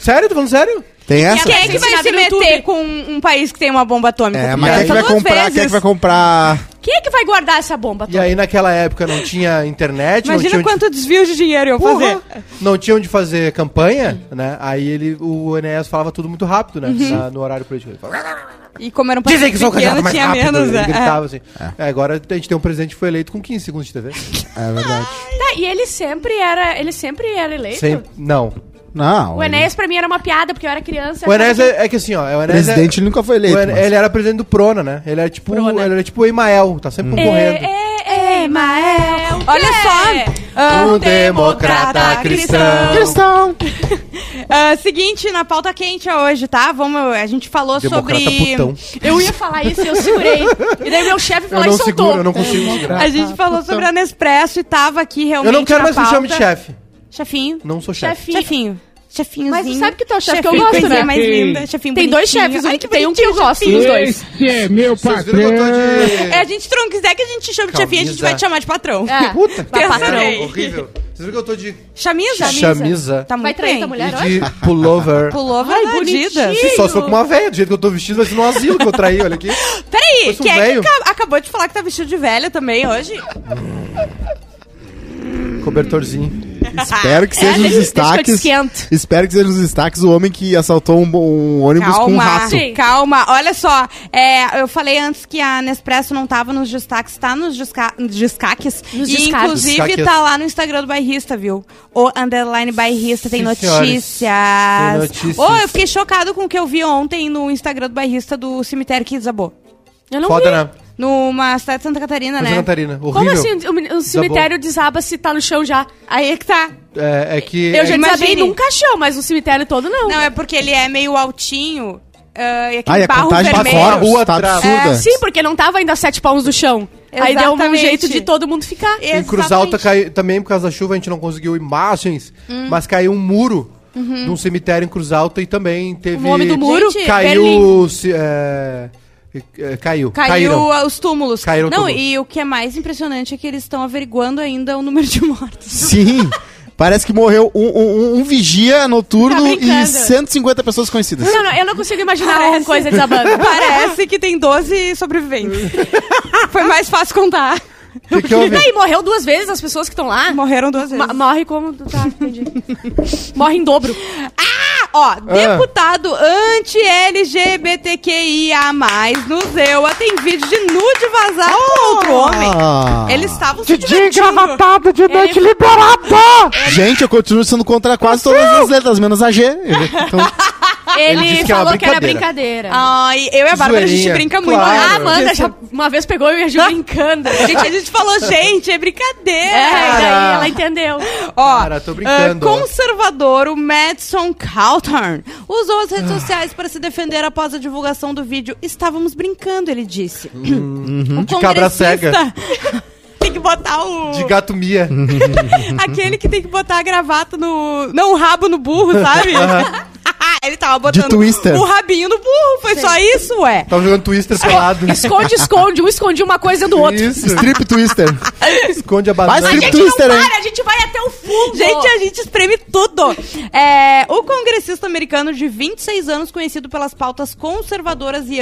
Sério? Tô falando sério? Tem essa? Quem é que vai Ensinado se no meter YouTube. com um país que tem uma bomba atômica? É, Tu mas quem é que pensa vai duas comprar? Quem é que vezes. vai comprar? Quem é que vai guardar essa bomba? E aí naquela época não tinha internet, Imagina não tinha onde- quanto desvio de dinheiro eu fazer. Porra! Não tinha onde fazer campanha, né? Aí ele, o Enéas falava tudo muito rápido, né? Uhum. Na- no horário político. Ele falava, E como era um país Dizem que sou o candidato pequeno, mais tinha rápido. menos, ele né? gritava assim. É, agora a gente tem um presidente que foi eleito com 15 segundos de TV. É verdade. Tá, e ele sempre era, ele sempre era eleito? Sem, não. Não. O Enéas pra mim era uma piada, porque eu era Tá criança. O Enéas é, é que assim, ó. O Enéas é, presidente ele nunca foi o eleito. Ené- mas- ele era presidente do Prona, né? Ele era tipo, Prona. ele era tipo o Emael, tá Hum. sempre concorrendo. É, é, é, Mael. Olha só. Um é, democrata cristão. Ah, seguinte, na pauta quente hoje, tá? Vamos, a gente falou Democrata sobre. putão. Eu ia falar isso e eu segurei. E daí meu chefe Eu falou e não soltou. seguro, eu não É, consigo segurar. A gente falou sobre a Nespresso e tava aqui realmente. tá, Eu não quero na mais que me pauta. chame de chefe. Chefinho. Não sou chefe. Chefinho. Chefinho. Chefinhozinho. Mas tu sabe que tu é o chefe que eu Chefinho, gosto, coisinha né? mais linda. Chefinho Tem dois bonitinho. chefes, um Ai, que tem um que bonitinho, eu gosto chefinho. dos dois. Este é meu Vocês viram que eu tô patrão. de- É, a gente, se tu não quiser que a gente te chame de chefinho, a gente Camisa. vai te chamar de patrão. É. Puta Pensa patrão. bem. Horrível. Vocês viram que eu tô de Chamisa? Chamisa. Tá muito Vai trair bem. tua mulher hoje? E de pullover. Pullover Ai, da bonitinho. Adidas. Sim, só se for com uma velha, do jeito que eu tô vestido, vai ser no asilo que eu traí, olha aqui. Peraí, Fosse um quem é que velho. aca- acabou de falar que tá vestido de velha também hoje? Cobertorzinho. Espero Ah, que seja deixa- deixa nos que eu te destaques. esquento. Espero que seja nos destaques o homem que assaltou um, um ônibus com um Calma, rato. Sim. calma. Olha só, é, eu falei antes que a Nespresso não tava nos destaques, tá nos desca destaques. Nos e destaques. inclusive Destaques. tá lá no Instagram do Bairrista, viu? O underline Bairrista tem Sim, notícias. senhores. Tem notícias. Oh, eu fiquei chocado com o que eu vi ontem no Instagram do Bairrista do cemitério que desabou. Eu não vi. Foda, né? Numa cidade de Santa Catarina, Santa né? Catarina. Como Horrível. assim o, o cemitério desaba se tá no chão já? Aí é que tá. É, é que. Eu já é, Imagine. desabei num caixão, mas o cemitério todo não. Não, é porque ele é meio altinho. ah, e Ai, aquele a barro contagem pra vermelho. fora. corpos tá É, absurda. Sim, porque não tava ainda sete palmos do chão. Aí deu um Exatamente. jeito de todo mundo ficar. Exatamente. Em Cruz Alta caiu, também por causa da chuva a gente não conseguiu imagens, Hum. mas caiu um muro de um cemitério em Cruz Alta e também teve. Uhum. O homem do muro. Gente, Caiu. se- é, é, caiu. Caiu Caíram. ah, os túmulos. Caíram Não, túmulos. e o que é mais impressionante é que eles estão averiguando ainda o número de mortos. Sim. Parece que morreu um, um- um vigia Tá noturno brincando. e 150 pessoas conhecidas. Não, não, eu não consigo imaginar Ah, Parece. alguma coisa desabando. Parece que tem 12 sobreviventes. Foi mais fácil contar. O que, que houve? Daí morreu duas vezes as pessoas que estão lá. Morreram duas vezes. Ma- morre como. Tá, entendi. morre em dobro. Ah, ó, deputado anti-LGBTQIA+, no Zewa, tem vídeo de nude vazado com outro homem. Ah. Eles estavam se divertindo. de noite liberada! Gente, eu continuo sendo contra quase todas as letras, menos a G. Então, Ele, disse que era falou que era brincadeira. brincadeira. Ai, eu e a Bárbara, a gente Zoeirinha, brinca muito. claro. Ah, a Amanda já uma vez pegou eu e a Ju brincando. A gente, a gente falou, gente, é brincadeira. É, e Cara. daí ela entendeu. Ó, Cara, tô brincando. ah, conservador, o Madison Cawthorn, usou as redes sociais para se defender após a divulgação do vídeo. Estávamos brincando, ele disse. o Hum, De cabra cega. congressista- tem que botar o... De gato mia. Aquele que tem que botar a gravata no... Não, o rabo no burro, sabe? ele tava botando twister. o rabinho no burro. Foi só isso, ué. Tava jogando twister pelado. Esconde, esconde. Um escondia uma coisa do outro. Isso. strip twister. Esconde a Mas banana. A gente Twister, não hein? para, a gente vai até o fundo. Gente, a gente espreme tudo. É, o congressista americano de 26 anos, conhecido pelas pautas conservadoras e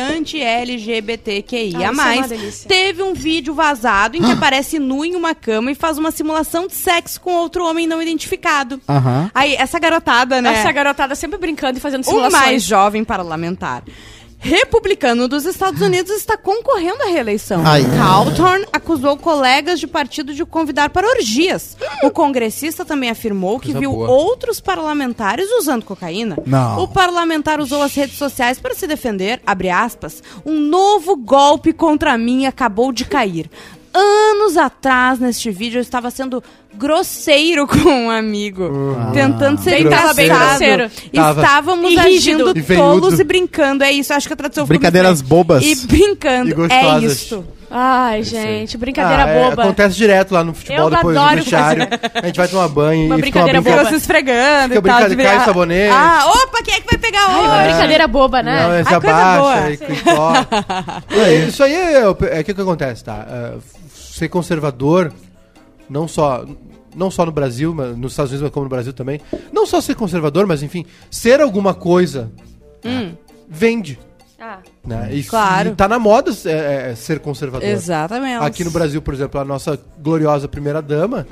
anti-LGBTQIA+, Ah, isso é uma delícia. teve um vídeo vazado em que aparece nu em uma cama e faz uma simulação de sexo com outro homem não identificado. Aham. Aí, essa garotada, né? Essa garotada sempre brincando e fazendo Um o simulações. mais jovem parlamentar. Republicano dos Estados Unidos está concorrendo à reeleição. Ai. Cawthorn acusou colegas de partido de convidar para orgias. O congressista também afirmou que Coisa viu boa. outros parlamentares usando cocaína. Não. O parlamentar usou as redes sociais para se defender, abre aspas, um novo golpe contra mim acabou de cair. Anos atrás, neste vídeo, eu estava sendo grosseiro com um amigo. Tentando ser Bem tava bem engraçado. grosseiro. Tava. Estávamos E rígido. agindo E veiudo. tolos e brincando. É isso, acho que a tradução ficou Brincadeiras muito bem. bobas. E brincando. E é gostosas. isso. Ai, gente, brincadeira Ah, é, boba. acontece direto lá no futebol, Eu depois adoro no vestiário. A gente vai tomar banho Uma e fica uma brincadeira brincadeira. Ficou boba. se Fica esfregando e tal. brincando, cai o sabonete. Ah, opa, quem é que vai pegar Ai, uma hoje? brincadeira boba, né? Não, é, se Ah, coisa boa. abaixa e e cola. É, Isso aí é o é, que, que acontece, tá? É, ser conservador, não só, não só no Brasil, mas nos Estados Unidos, mas como no Brasil também. Não só ser conservador, mas enfim, ser alguma coisa né, vende. Hum. Ah. Né? E, Claro. e tá na moda é, é, ser conservador. Exatamente. Aqui no Brasil, por exemplo, a nossa gloriosa primeira-dama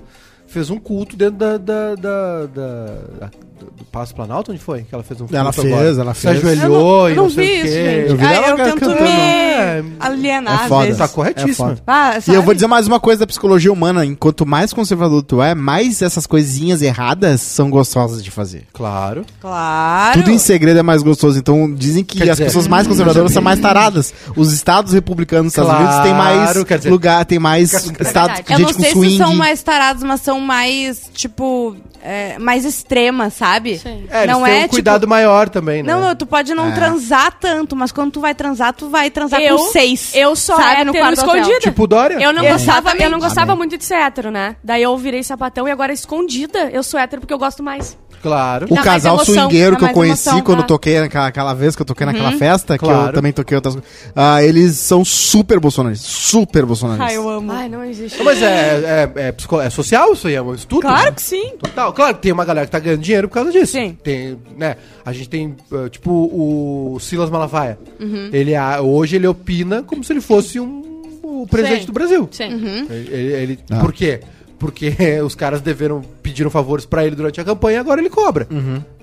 fez um culto dentro da, da- da- da- da- do Palácio Planalto, onde foi que ela fez um culto Ela fez, ela Se fez. Eu não, ajoelhou eu e não não vi sei o isso, quê. gente. vi Ah, ela eu tento cantando. me alienar É às foda. vezes. Tá corretíssima. É foda. Ah, E sabe? eu vou dizer mais uma coisa da psicologia humana. Enquanto mais conservador tu é, mais essas coisinhas erradas são gostosas de fazer. Claro. Claro. Tudo em segredo é mais gostoso. Então dizem que Quer as dizer, pessoas mais conservadoras são mais taradas. Os estados republicanos dos Claro, Estados Unidos têm mais quer dizer- lugar, tem mais É estados verdade. com Eu não gente com sei se swing. são mais tarados, mas são mais, tipo, é, mais extremas, sabe? Sim. É, eles não têm é, um tipo, cuidado maior também, né? Não, não, tu pode não É. transar tanto, mas quando tu vai transar, tu vai transar Eu- com seis. Eu só Sabe, era no no quarto do hotel. escondida. Tipo Dória? Eu não É. gostava, eu não Exatamente. gostava Amém. muito de ser hétero, né? Daí eu virei sapatão e agora escondida eu sou hétero porque eu gosto mais. Claro. O Dá mais casal emoção, swingueiro dá que eu mais conheci emoção, quando tá? eu toquei naquela aquela vez que eu toquei Uhum. naquela festa, que eu Claro. também toquei outras coisas. Ah, eles são super bolsonaristas. Super bolsonaristas. Ai, Ah, eu amo. Ai, não existe. Mas é, é, é, psico- é social isso aí, é um estudo? Claro né? que sim. Total. Claro que tem uma galera que tá ganhando dinheiro por causa disso. Sim. Tem, né? A gente tem, eh, tipo, o Silas Malafaia. Uhum. Ele, ah, hoje ele opina como se ele fosse um, o presidente Sim. Uhum. Uhum. do Brasil. Sim. Ele, ele- Ah. Por quê? porque os caras deveram pediram favores pra ele durante a campanha, agora ele cobra.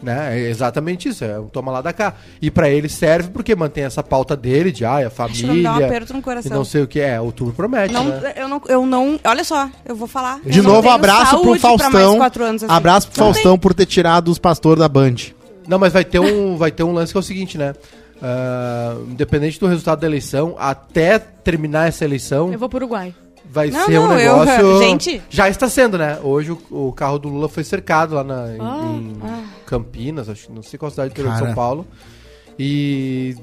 Né? É exatamente isso, é um toma lá da cá. E pra ele serve porque mantém essa pauta dele de ai, a Acho que não dá família. um aperto no e coração. não sei o que é, outubro promete, Não, né? eu, não, eu não. Olha só, eu vou falar. De Eu não novo, tenho abraço saúde pro pra mais Faustão. quatro anos assim. Abraço pro Não Faustão por ter tirado os pastores da Band. Não, mas vai ter um, vai ter um lance que é o seguinte, né? Ah, independente do resultado da eleição, até terminar essa eleição, Eu vou pro Uruguai. vai Não, ser um não, eu- negócio. gente. Já está sendo, né? Hoje o, o carro do Lula foi cercado lá na, em, Ah, em Campinas, acho que não sei qual cidade do interior de Cara. São Paulo. E.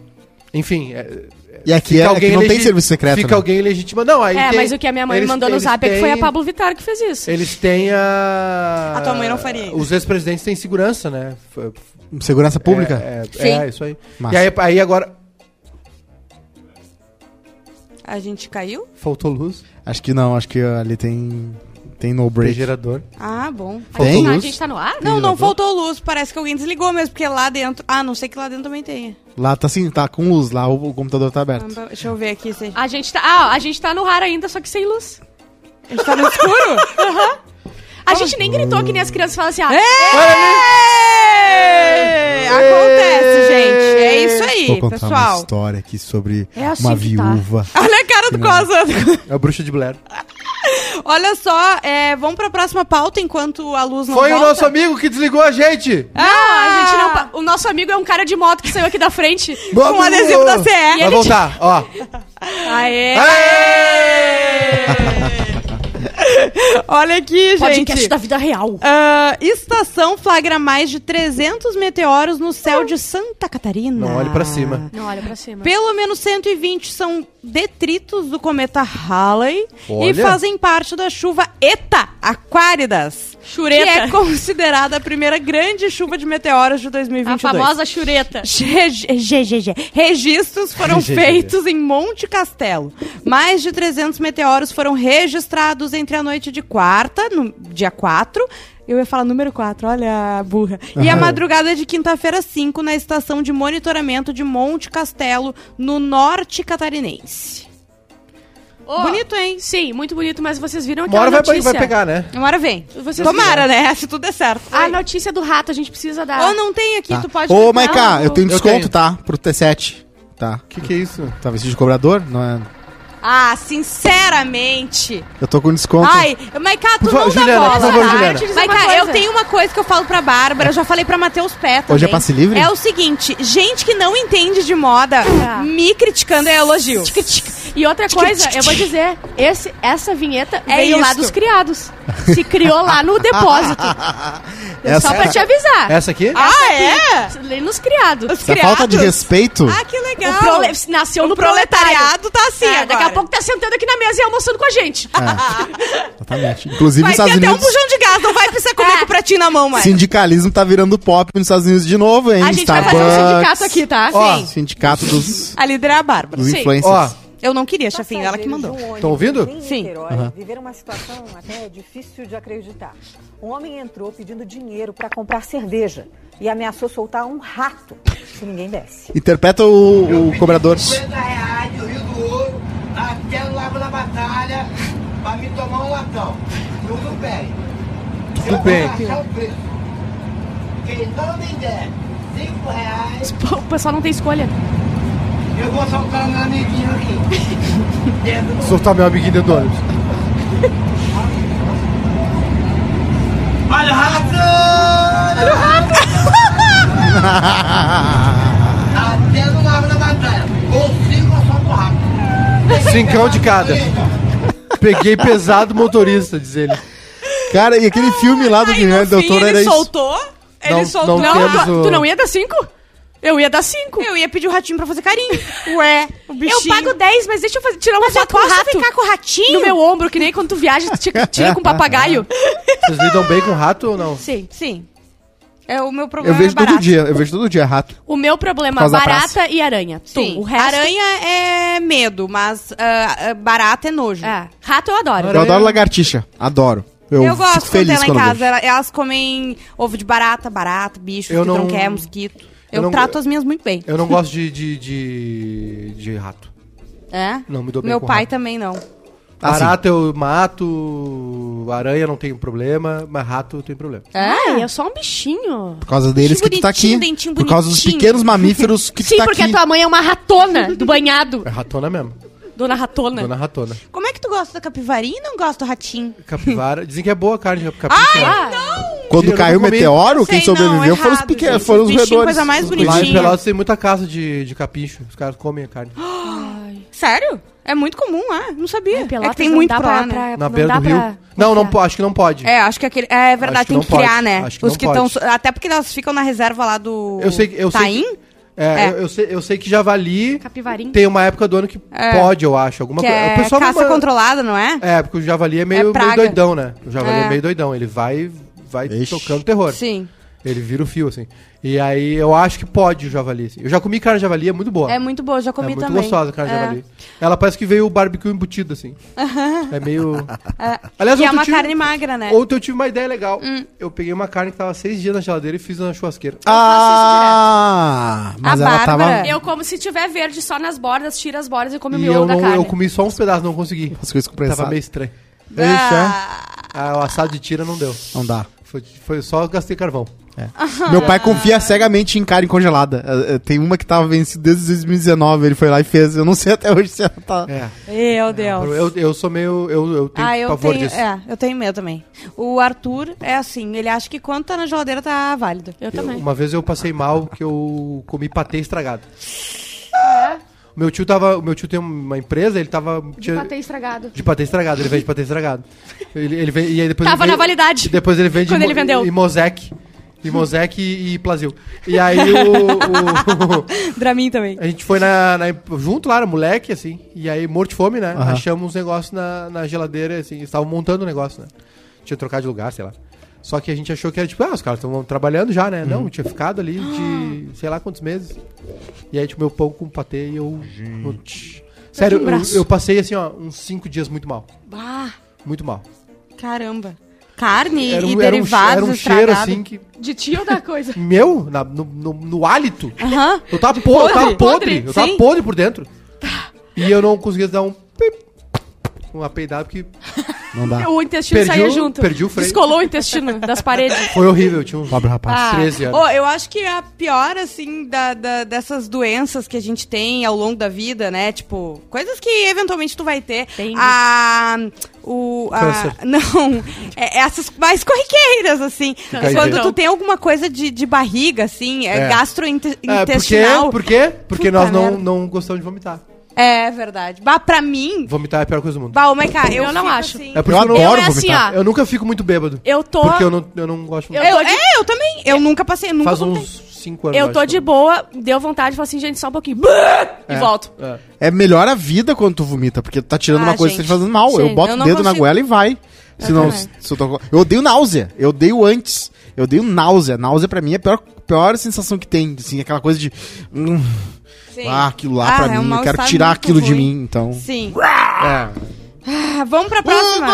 Enfim. é- E aqui, fica é, aqui alguém não tem legi- serviço secreto. Fica né? alguém legitima. Não, aí. é, tem- mas o que a minha mãe eles- me mandou no eles zap é que foi a têm- Pablo Vittar que fez isso. Eles têm a. A tua mãe não faria isso. Os ex-presidentes têm segurança, né? F- Segurança pública. É, é- Sim. é, isso aí. Massa. E aí, aí agora. A gente caiu? Faltou luz. Acho que não, acho que ali tem, tem no Tem break. gerador. Ah, bom. A gente Tem tá- A luz? gente tá no ar? Não, não gerador? faltou luz. Parece que alguém desligou mesmo, porque lá dentro. Ah, não sei que lá dentro também tem. Lá tá assim, tá com luz, lá o, o computador tá aberto. Deixa eu ver aqui se. A gente tá. Ah, a gente tá no ar ainda, só que sem luz. A gente tá no escuro? A gente nem gritou que nem as crianças falam assim, ah, É? Ei! Acontece, gente. É isso Vou aí, contar uma pessoal. história aqui sobre É assim uma que tá. viúva. Olha a cara do Cosa. É a bruxa de Blair. Olha só, é, vamos pra próxima pauta enquanto a luz não Foi o volta. Ah, nosso amigo que desligou a gente! Não, a gente não. pa- O nosso amigo é um cara de moto que saiu aqui da frente. Com o adesivo da CE. E Vai ele É. voltar, ó. Aê! Olha aqui, gente. vida real. Ah, estação flagra mais de 300 meteoros no céu de Santa Catarina. Não olhe pra cima. Não olha pra cima. Pelo menos 120 são detritos do cometa Halley Olha. e fazem parte da chuva Eta Aquáridas, que é Chureta. considerada a primeira grande chuva de meteoros de A 2022. famosa chureta. Regi- GGG. Registros foram GGG. feitos em Monte Castelo. Mais de 300 meteoros foram registrados entre a noite de quarta, no dia 4. Eu ia falar número 4, olha a burra. E a madrugada de quinta-feira 5, na estação de monitoramento de Monte Castelo, no norte catarinense. Ô, Bonito, hein? Sim, muito bonito, mas vocês viram Uma aquela hora vai, notícia. vai pegar, né? Uma hora vem. Vocês Ah, Tomara, né? Se tudo der certo. A notícia do rato, a gente precisa dar. Ou não tem aqui, Tá. tu pode... Ô, clicar. Maiká, eu tenho Eu desconto, tenho. tá? Pro T7. Tá. O que, que é isso? Tá vestido de cobrador? Não é. Ah, sinceramente... Eu tô com desconto. Ai, Maiká, tu Por fa- não Juliana, dá bola. por favor, tá? Juliana. Deixa eu dizer Vai, uma cara, eu coisa. tenho uma coisa que eu falo pra Bárbara, eu já falei pra Matheus Pé também. Hoje é passe livre? É o seguinte, gente que não entende de moda, Ah. me criticando é elogio. E outra coisa, eu vou dizer, esse, essa vinheta É veio lá isso. dos criados. Se criou lá no depósito. essa, Só pra te avisar. Essa aqui? Ah, é? Lei nos criados. Os essa é falta de criados? respeito. Ah, que legal. O prole- Nasceu O no proletariado proletariado. tá assim É, agora. daqui a pouco tá sentando aqui na mesa e almoçando com a gente. Ah. Exatamente. Inclusive vai nos ter Estados até um Unidos. bujão de gás, não vai precisar comer É. com o pratinho na mão mais. Sindicalismo tá virando pop nos Estados Unidos de novo, hein? A gente vai fazer um sindicato aqui, tá? Ó. Sim. Sindicato dos, A líder é a Bárbara. dos Sim. Ó, influencers. Eu não queria, chefinho, ela que mandou. Tão ouvindo? Sim. Sim. Viveram uma situação até difícil de acreditar. Um homem entrou pedindo dinheiro para comprar cerveja e ameaçou soltar um rato se ninguém desse. Interpreta o, o cobrador. 50 reais do Rio do Ouro até o Lago da Batalha pra me tomar um latão. Tudo bem. Tudo bem. Eu vou baixar o preço. Quem não me der 5 reais, O pessoal não tem escolha. eu vou soltar meu amiguinho aqui. Dentro do- Soltar meu amiguinho dentro do ônibus. Olha o rato! Olha o rato! até no Lago da Batalha. Consigo eu solto o rato. Cincão de cada. Peguei pesado motorista, diz ele. Cara, e aquele filme lá do Aí, no né, Guilherme Del fim, Toro era ele isso. soltou, Não- ele soltou. não Não, temos tu- o- Tu não ia dar cinco? Eu ia um dar cinco. Eu ia pedir o ratinho pra fazer carinho. Ué, o bichinho. Eu pago 10, mas deixa eu fazer- tirar uma Mas eu foto com o posso rato. ficar com o ratinho? No meu ombro, que nem quando tu viaja, tu tira- tira com papagaio. Vocês lidam bem com rato ou não? Sim. Sim. É o meu Eu problema é vejo barato. todo dia, eu vejo todo dia rato. O meu problema, Por causa da barata e aranha. Sim. Tum. O resto... Aranha é medo, mas ah, ah, barata é nojo. É. Rato eu adoro. Eu adoro lagartixa, adoro. Eu, Eu fico gosto quando tem feliz lá em quando eu casa. vejo. ela- Elas comem ovo de barata, barata, bicho, Eu que não- tronquer, mosquito. eu Eu, não- trato as minhas muito bem. Eu não gosto de, de, de, de rato. É? Não me dou bem Meu com pai rato. também não. Ah, sim. Barata eu mato, aranha não tem problema, mas rato tem problema. Ai, é só um bichinho. Por causa deles que tu tá aqui. Bonitinho, dentinho Por causa dos bonitinho. pequenos mamíferos que tu Sim, tá porque aqui. a tua mãe é uma ratona do banhado. É ratona mesmo. Dona ratona. Dona ratona. Como é que tu gosta da capivarinha e não gosta do ratinho? Capivara. Dizem que é boa a carne de é? capivara. Ah, Quando Eu caiu o não comi. meteoro, quem Sei, não, é sobreviveu foram os errado, pequenos, gente. foram os Bichinho, roedores. coisa mais Os bonitinha. Lá em bonitinho. Pelotas tem muita caça de, de capincho. Os caras comem a carne. Sério? É muito comum lá, não sabia. É, Pelotas que tem não muito dá pra, pra- lá, né? pra- Na não beira dá do rio. pra Não, não, confiar. po- acho que não pode. É, acho que aquele. É verdade, Acho que tem não que criar, pode, né? acho que Os não que estão. pode. Até porque elas ficam na reserva lá do. Eu sei que. Eu Sei Taim? que é, Tá É. Eu, eu sei, eu sei que javali Capivarinha. tem uma época do ano que pode, eu acho. Alguma É. Que coisa. é O pessoal não caça manda- controlada, não é? É, porque o javali é meio, meio praga. doidão, né? O javali é, É. meio doidão. Ele vai, vai Ixi. tocando terror. Sim. Ele vira o fio, assim. E aí eu acho que pode o javali. assim. Eu já comi carne de javali, é muito boa. É muito boa, já É comi muito também. gostosa a carne de É. javali. Ela parece que veio o barbecue embutido, assim. é meio. É. Aliás, e é ontem eu uma tive- carne magra, né? Hum. Ontem eu tive uma ideia legal. Eu peguei uma carne que tava seis dias na geladeira e fiz na churrasqueira. Ah, mas A ela Bárbara. tava. Eu como se tiver verde só nas bordas, tira as bordas e come o E miolo eu, da não, carne. eu comi só uns pedaços, não consegui. As coisas com Tava pressão. é. meio estranho. Ah, Ah, o assado de tira não deu. Não dá. Foi, foi só gastei carvão. Meu pai confia cegamente em carne congelada. Eh, eh, Tem uma que tava vencida desde 2019, ele foi lá e fez. Eu não sei até hoje se ela tá. É. Meu Deus. Eu, eu sou meio. Eu, eu tenho ah, eu pavor tenho, disso. é, eu tenho medo também. O Arthur é assim, ele acha que quando tá na geladeira tá válido. Eu Eu- também. uma vez eu passei mal que eu comi patê estragado. O meu tio tava. O meu tio tem uma empresa, ele tava. É? De tinha- patê estragado. De patê estragado, ele vende patê estragado. Ele, ele vende, e aí depois Tava ele na validade. e Depois ele vende Quando mo- ele vendeu. E Mosec. E Mosec e, e Plasil. E aí o, o- pra mim também. a gente foi na, na- junto lá, era moleque, assim. E aí, morto de fome, né? Achamos uns negócios na, na geladeira, assim. Estavam montando o negócio, né? Tinha trocado de lugar, sei lá. Só que a gente achou que era tipo, ah, os caras estão trabalhando já, né? Não, tinha ficado ali de sei lá quantos meses. E aí, tipo, meu pão com patê e eu. Sério, eu, eu passei assim, ó, uns cinco dias muito mal. Bah, Muito mal. caramba. Carne Era um, e era um, che- derivados era um cheiro estragados. assim que. De tio da coisa. Meu, na- no, no- no hálito. Aham. Eu tava podre, eu tava podre, eu tava Sim. podre por dentro. E eu não conseguia dar um pip, uma peidada porque Não dá. O intestino Perdi saía o- junto. perdi o freio. Descolou o intestino das paredes. foi horrível, eu tinha uns Pobre rapaz. Ah, 13 anos. É, ô, eu acho que a pior, assim, da, da- dessas doenças que a gente tem ao longo da vida, né? Tipo, coisas que eventualmente tu vai ter. Tem. A. O. a- Câncer. não. É, essas mais corriqueiras, assim. Câncer. Quando tu tem alguma coisa de, de barriga, assim, é, É. É, por quê? gastrointestinal. É, Por quê? Porque Puta nós não, merda. não gostamos de vomitar. É, verdade. Bah, pra mim. Vomitar é a pior coisa do mundo. Bah, ô, mas cara, eu, Eu não fico acho. assim- É por Eu isso que eu, adoro eu é assim, vomitar. ó. não, eu nunca fico muito bêbado. Eu tô. Porque eu não, eu não gosto muito. Eu tô Eu- de- é, eu também. Eu nunca passei. Nunca Faz vomitei. uns 5 anos. Eu acho, tô de que boa, deu vontade, falo assim, gente, só um pouquinho. E É. volto. eu- é. É melhor a vida quando tu vomita, porque tu tá tirando Ah, uma coisa que gente. tá te fazendo mal. eu Sim, boto eu o não dedo na consigo. goela e vai. Se não, se eu, tô- eu odeio náusea. Eu odeio antes. Eu odeio náusea. Náusea pra mim é a pior, pior sensação que tem. Assim, aquela coisa de. hum, Sim. ah, aquilo lá Ah, pra é um mim. Eu quero mal-estar tirar muito aquilo de ruim. mim, então. Sim. É. Ah, vamos pra próxima.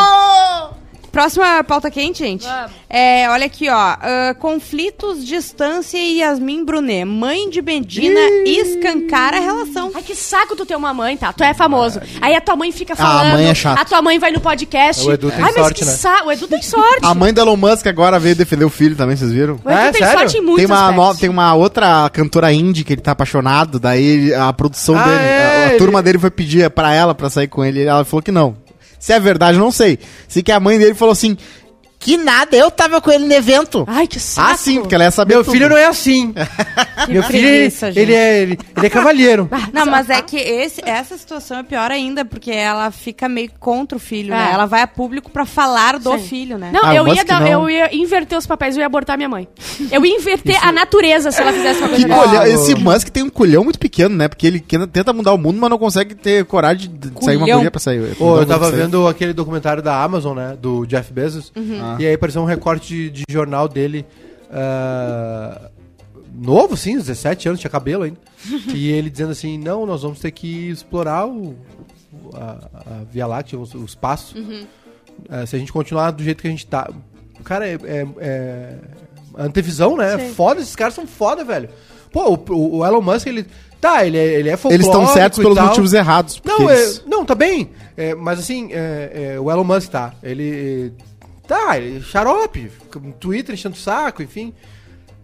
Próxima pauta quente, gente. Vamos. É, olha aqui, ó. Ah, conflitos, distância e Yasmin Brunet. Mãe de Medina escancara a relação. Ai, que saco tu ter uma mãe, tá? Tu é famoso. Aí a tua mãe fica Ah, a falando. mãe é chata. A tua mãe vai no podcast. O Edu tem Ai, mas sorte, que né? saco. O Edu tem sorte. É. A mãe do Elon Musk agora veio defender o filho também, vocês viram? O Edu É, tem sério? sorte em muitos Tem uma, aspectos. nova, tem uma outra cantora indie que ele tá apaixonado, daí ele- a produção Ah, dele, é, a, a ele- turma dele foi pedir pra ela pra sair com ele, e ela falou que não. Se é verdade, eu não sei. Se que a mãe dele falou assim: "Que nada, eu tava com ele no evento". Ai, que saco. Ah, sim, porque ela ia saber Meu tudo. filho não é assim. Meu filho, preguiça, ele, ele é, ele, ele é cavalheiro. Ah, Não, mas é que esse- essa situação é pior ainda, porque ela fica meio contra o filho, né? É. Ela vai a público pra falar do Sim. filho, né? Não, Ah, eu, mas ia que dar- não. eu ia inverter os papéis, eu ia abortar minha mãe. Eu ia inverter a natureza se ela fizesse uma Que coisa dessa. colhão- Ah, esse o- Musk tem um culhão muito pequeno, né? Porque ele que- tenta mudar o mundo, mas não consegue ter coragem de sair uma Culhão. guria pra sair. mudar o Pô, eu mundo pra tava sair. vendo aquele documentário da Amazon, né? Do Jeff Bezos. E aí apareceu um recorte de, de jornal dele. ah, novo, sim, uns 17 anos, tinha cabelo ainda. e ele dizendo assim: não, nós vamos ter que explorar o, a, a Via Láctea, o, o espaço. Ah, se a gente continuar do jeito que a gente tá. O cara é. é, é- a antevisão, né? Foda, esses caras são foda, velho. Pô, o, o Elon Musk, ele. Tá, ele é, ele é Eles estão folclórico certos e pelos tal. motivos errados, porque Não, eles- é, não, tá bem. É, mas assim, é, é, o Elon Musk tá. Ele. Tá, ele xarope. Twitter enchendo o saco, enfim.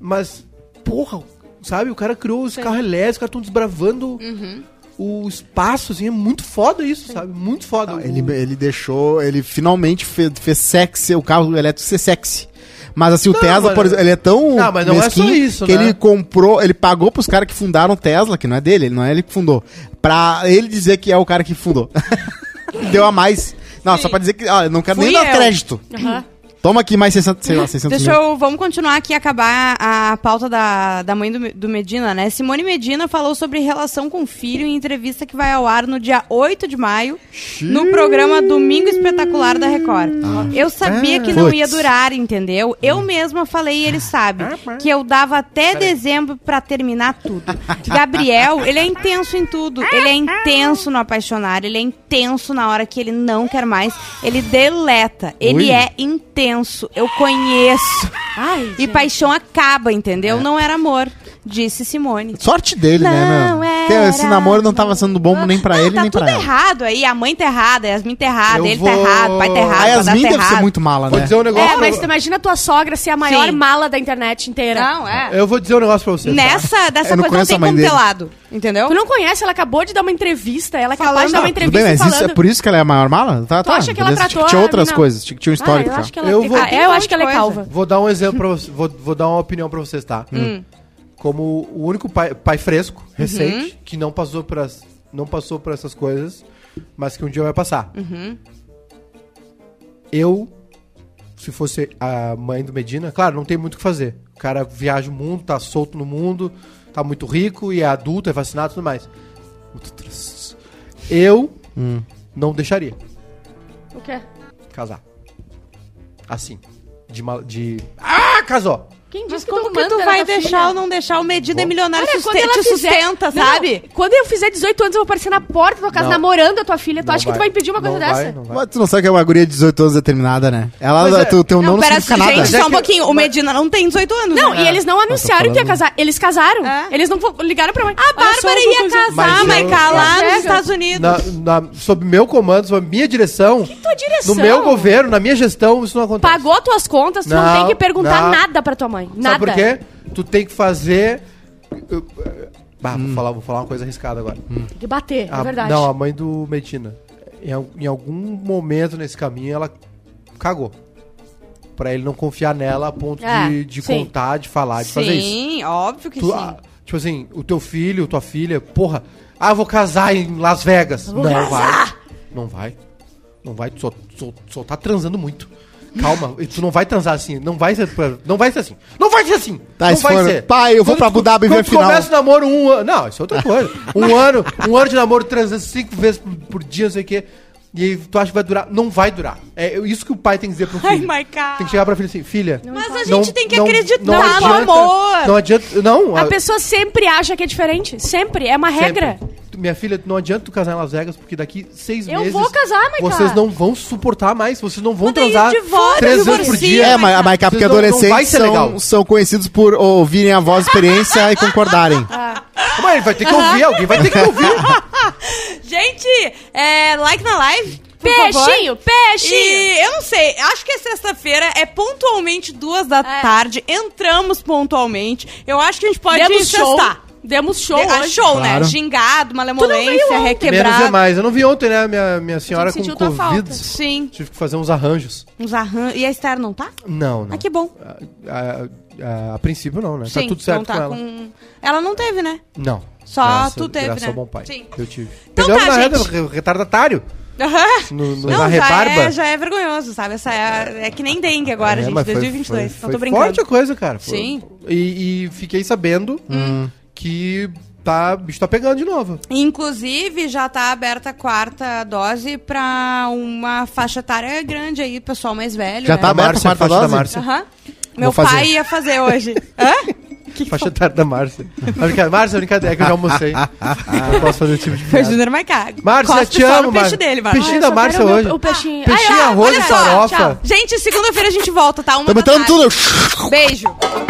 Mas, porra, sabe? O cara criou os carros elétricos, os caras estão desbravando Uhum. o espaço, assim. É muito foda isso, sabe? Muito foda. Ah, O- Ele, ele deixou, ele finalmente fez, fez sexy, o carro elétrico ser sexy. Mas assim, o Não, Tesla, mas- por exemplo, ele é tão Não, mas não é só isso, que né? ele comprou, ele pagou pros caras que fundaram o Tesla, que não é dele, ele não é ele que fundou, pra ele dizer que é o cara que fundou. Deu a mais. Não, só pra dizer que, ó, eu não quero Fui nem dar eu. crédito. Aham. Toma aqui mais 60, sei lá, 600 Deixa mil. eu. Vamos continuar aqui acabar a pauta da, da mãe do, Me- do Medina, né? Simone Medina falou sobre relação com o filho em entrevista que vai ao ar no dia 8 de maio, no programa Domingo Espetacular da Record. Eu sabia que não Putz. ia durar, entendeu? Hum. Eu mesma falei, e ele sabe, Ah, que eu dava até dezembro pra terminar tudo. Gabriel, ele é intenso em tudo. Ele é intenso no apaixonar, ele é intenso na hora que ele não quer mais. Ele deleta. Ele Ui. é intenso, eu conheço. Ai, E gente. paixão acaba, É. entendeu? Não era amor, disse Simone. Sorte dele, né, Não meu? era. Porque Esse namoro não tava sendo bom nem pra Ah, ele, tá nem tudo pra ela. errado aí. A mãe tá errada, a Yasmin tá errada, Eu ele tá vou- errado, o pai tá errado, A o Yasmin tá deve errado. ser muito mala, Vou né? dizer um negócio. É, pra- mas tu imagina tua sogra ser a maior Sim. mala da internet inteira. Não, é. Eu vou dizer um negócio pra você. tá? Nessa, dessa Eu coisa não não conheço tem a mãe como ter dele. lado, entendeu? Tu não conhece, ela acabou de dar uma entrevista. Ela é capaz Falando- de dar Tudo uma Ah, Tudo bem, entrevista mas falando. Ah, isso, é por isso que ela é a maior mala? Tá, Tu tá. acha que ela beleza. tratou Tinha a outras mina? coisas, tinha, tinha um histórico. ah, eu já. acho que ela, tá? Eu tem- vou- Ah, é, eu acho que ela é Tem um monte de calva. Vou dar um exemplo pra vocês. Vou, vou dar uma opinião pra vocês, tá? Como o único pai, pai fresco, recente, que não passou, por as- não passou por essas coisas, mas que um dia vai passar. Eu, se fosse a mãe do Medina, claro, não tem muito o que fazer. O cara viaja o mundo, tá solto no mundo, tá muito rico e é adulto, é vacinado e tudo mais. Eu não deixaria O quê? casar. Assim. De mal. De. Ah, casou! Quem Mas disse que como tu que manda tu na vai tua deixar filha? ou não deixar o Medida é milionário Cara, suste- quando ela te fizer- sustenta, Não, sabe? não. Quando eu fizer 18 anos, eu vou aparecer na porta da tua casa Não. namorando a tua filha. Tu Não acha que tu vai impedir uma coisa não dessa? Vai, não vai. Mas tu não sabe que é uma guria de 18 anos determinada, né? Ela, Pois é. tu, teu não, não pera, significa gente, nada. é só um que- pouquinho. O Medina não tem 18 anos. Não, né? e eles não anunciaram que ia casar. Eles casaram. É. Ah, Eles não fo- ligaram pra mãe. A Bárbara ia casar, Mas mas, eu- lá Mas nos é, Estados Unidos. Na- na- sob meu comando, sob minha direção, Tua direção. no meu governo, na minha gestão, isso não acontece. Pagou tuas contas, tu não, Não, tem que perguntar não. nada pra tua mãe. Sabe Nada. por quê? Tu tem que fazer. eu- eu- Bah, vou, falar, vou falar uma coisa arriscada agora. Tem que bater, A- Hum. é verdade. Ah, Não, a mãe do Medina. Em, al- em algum momento nesse caminho, ela cagou. Pra ele não confiar nela a ponto É, de, de sim. contar, de falar, de fazer isso. Sim, óbvio que Tu- sim. ah, tipo assim, o teu filho, tua filha, porra, ah, eu vou casar em Las Vegas. Não vai. Não vai. Não vai, tu só, só, só tá transando muito. Calma, e tu não vai transar assim, não vai ser, pra- não vai ser assim. Não vai ser assim. Tá, não se vai for, pai, eu vou pra tu- Abu Dhabi ver quando tu final. começa o namoro um ano, não, isso é outra coisa. Um ano, um ano de namoro transando cinco vezes por, por dia, não sei o quê. E aí tu acha que vai durar? Não vai durar. É isso que o pai tem que dizer pro filho. Ai, my God. Tem que chegar pra filha assim, filha. Mas a não- gente tem que acreditar não no adianta- amor. Não adianta, não. A a- pessoa sempre acha que é diferente. Sempre. É uma regra. Sempre. Tu- Minha filha, não adianta tu casar em Las Vegas, porque daqui seis Eu meses. vou casar, Maiká. Vocês não vão suportar mais, vocês não vão Mas daí transar divórcio, três vezes por divorcia. dia. É, mas, mas é porque Não- não vai adolescentes ser são, legal. são conhecidos por ouvirem a voz experiência e concordarem. Ah, Mas vai ter que ouvir, alguém vai ter que ouvir. Gente, é, like na live. por favor. Peixinho, peixinho. E eu não sei, acho que é sexta-feira, é pontualmente duas da É. tarde, entramos pontualmente. Eu acho que a gente pode Demos show. sextar. Demos show De, ah, hoje. show, né? Claro. Gingado, veio malemolência, ontem. Menos é requebrado. mais. Eu não vi ontem, né, minha, minha senhora com sentiu tua falta. Covid. Sim, Tive que fazer uns arranjos. uns arranjos. E a Esther não tá? Não, não. Ah, que bom. A, a- a- a princípio, não, né? Sim, tá tudo certo não tá com ela. com. Ela não teve, né? Não. Só tu teve, graças né? ao bom pai. Sim. Eu tive. Então Pegamos tá, na gente. reta- re- retardatário. Aham. No, no, Não, na já rebarba. é, já é vergonhoso, sabe? Essa é, é que nem dengue agora, É, gente, mas foi- 2022. foi- não Então, tô foi brincando. forte a coisa, cara. Foi- Sim. Hum. E, e fiquei sabendo que tá, o bicho tá pegando de novo. Inclusive, já tá aberta a quarta dose pra uma faixa etária grande aí, pessoal mais velho. Já né? tá aberto a É. Márcia, quarta faixa da dose? Márcia. Aham. Meu fazer. pai ia fazer hoje. Hã? Faixa etária da Márcia. A brincadeira- Márcia, a brincadeira é que eu já almocei. não posso fazer esse tipo de Foi o piada. Júnior Maicá. Márcia, Cospe te só amo, no peixe Márcia. dele, Ah, Márcia. Peixe- eu da só Márcia quero o meu- hoje. O peixinho. Peixe- Ai, arroz e farofa. Gente, segunda-feira a gente volta, tá? Uma Tamo da entrando tarde. tudo. Beijo.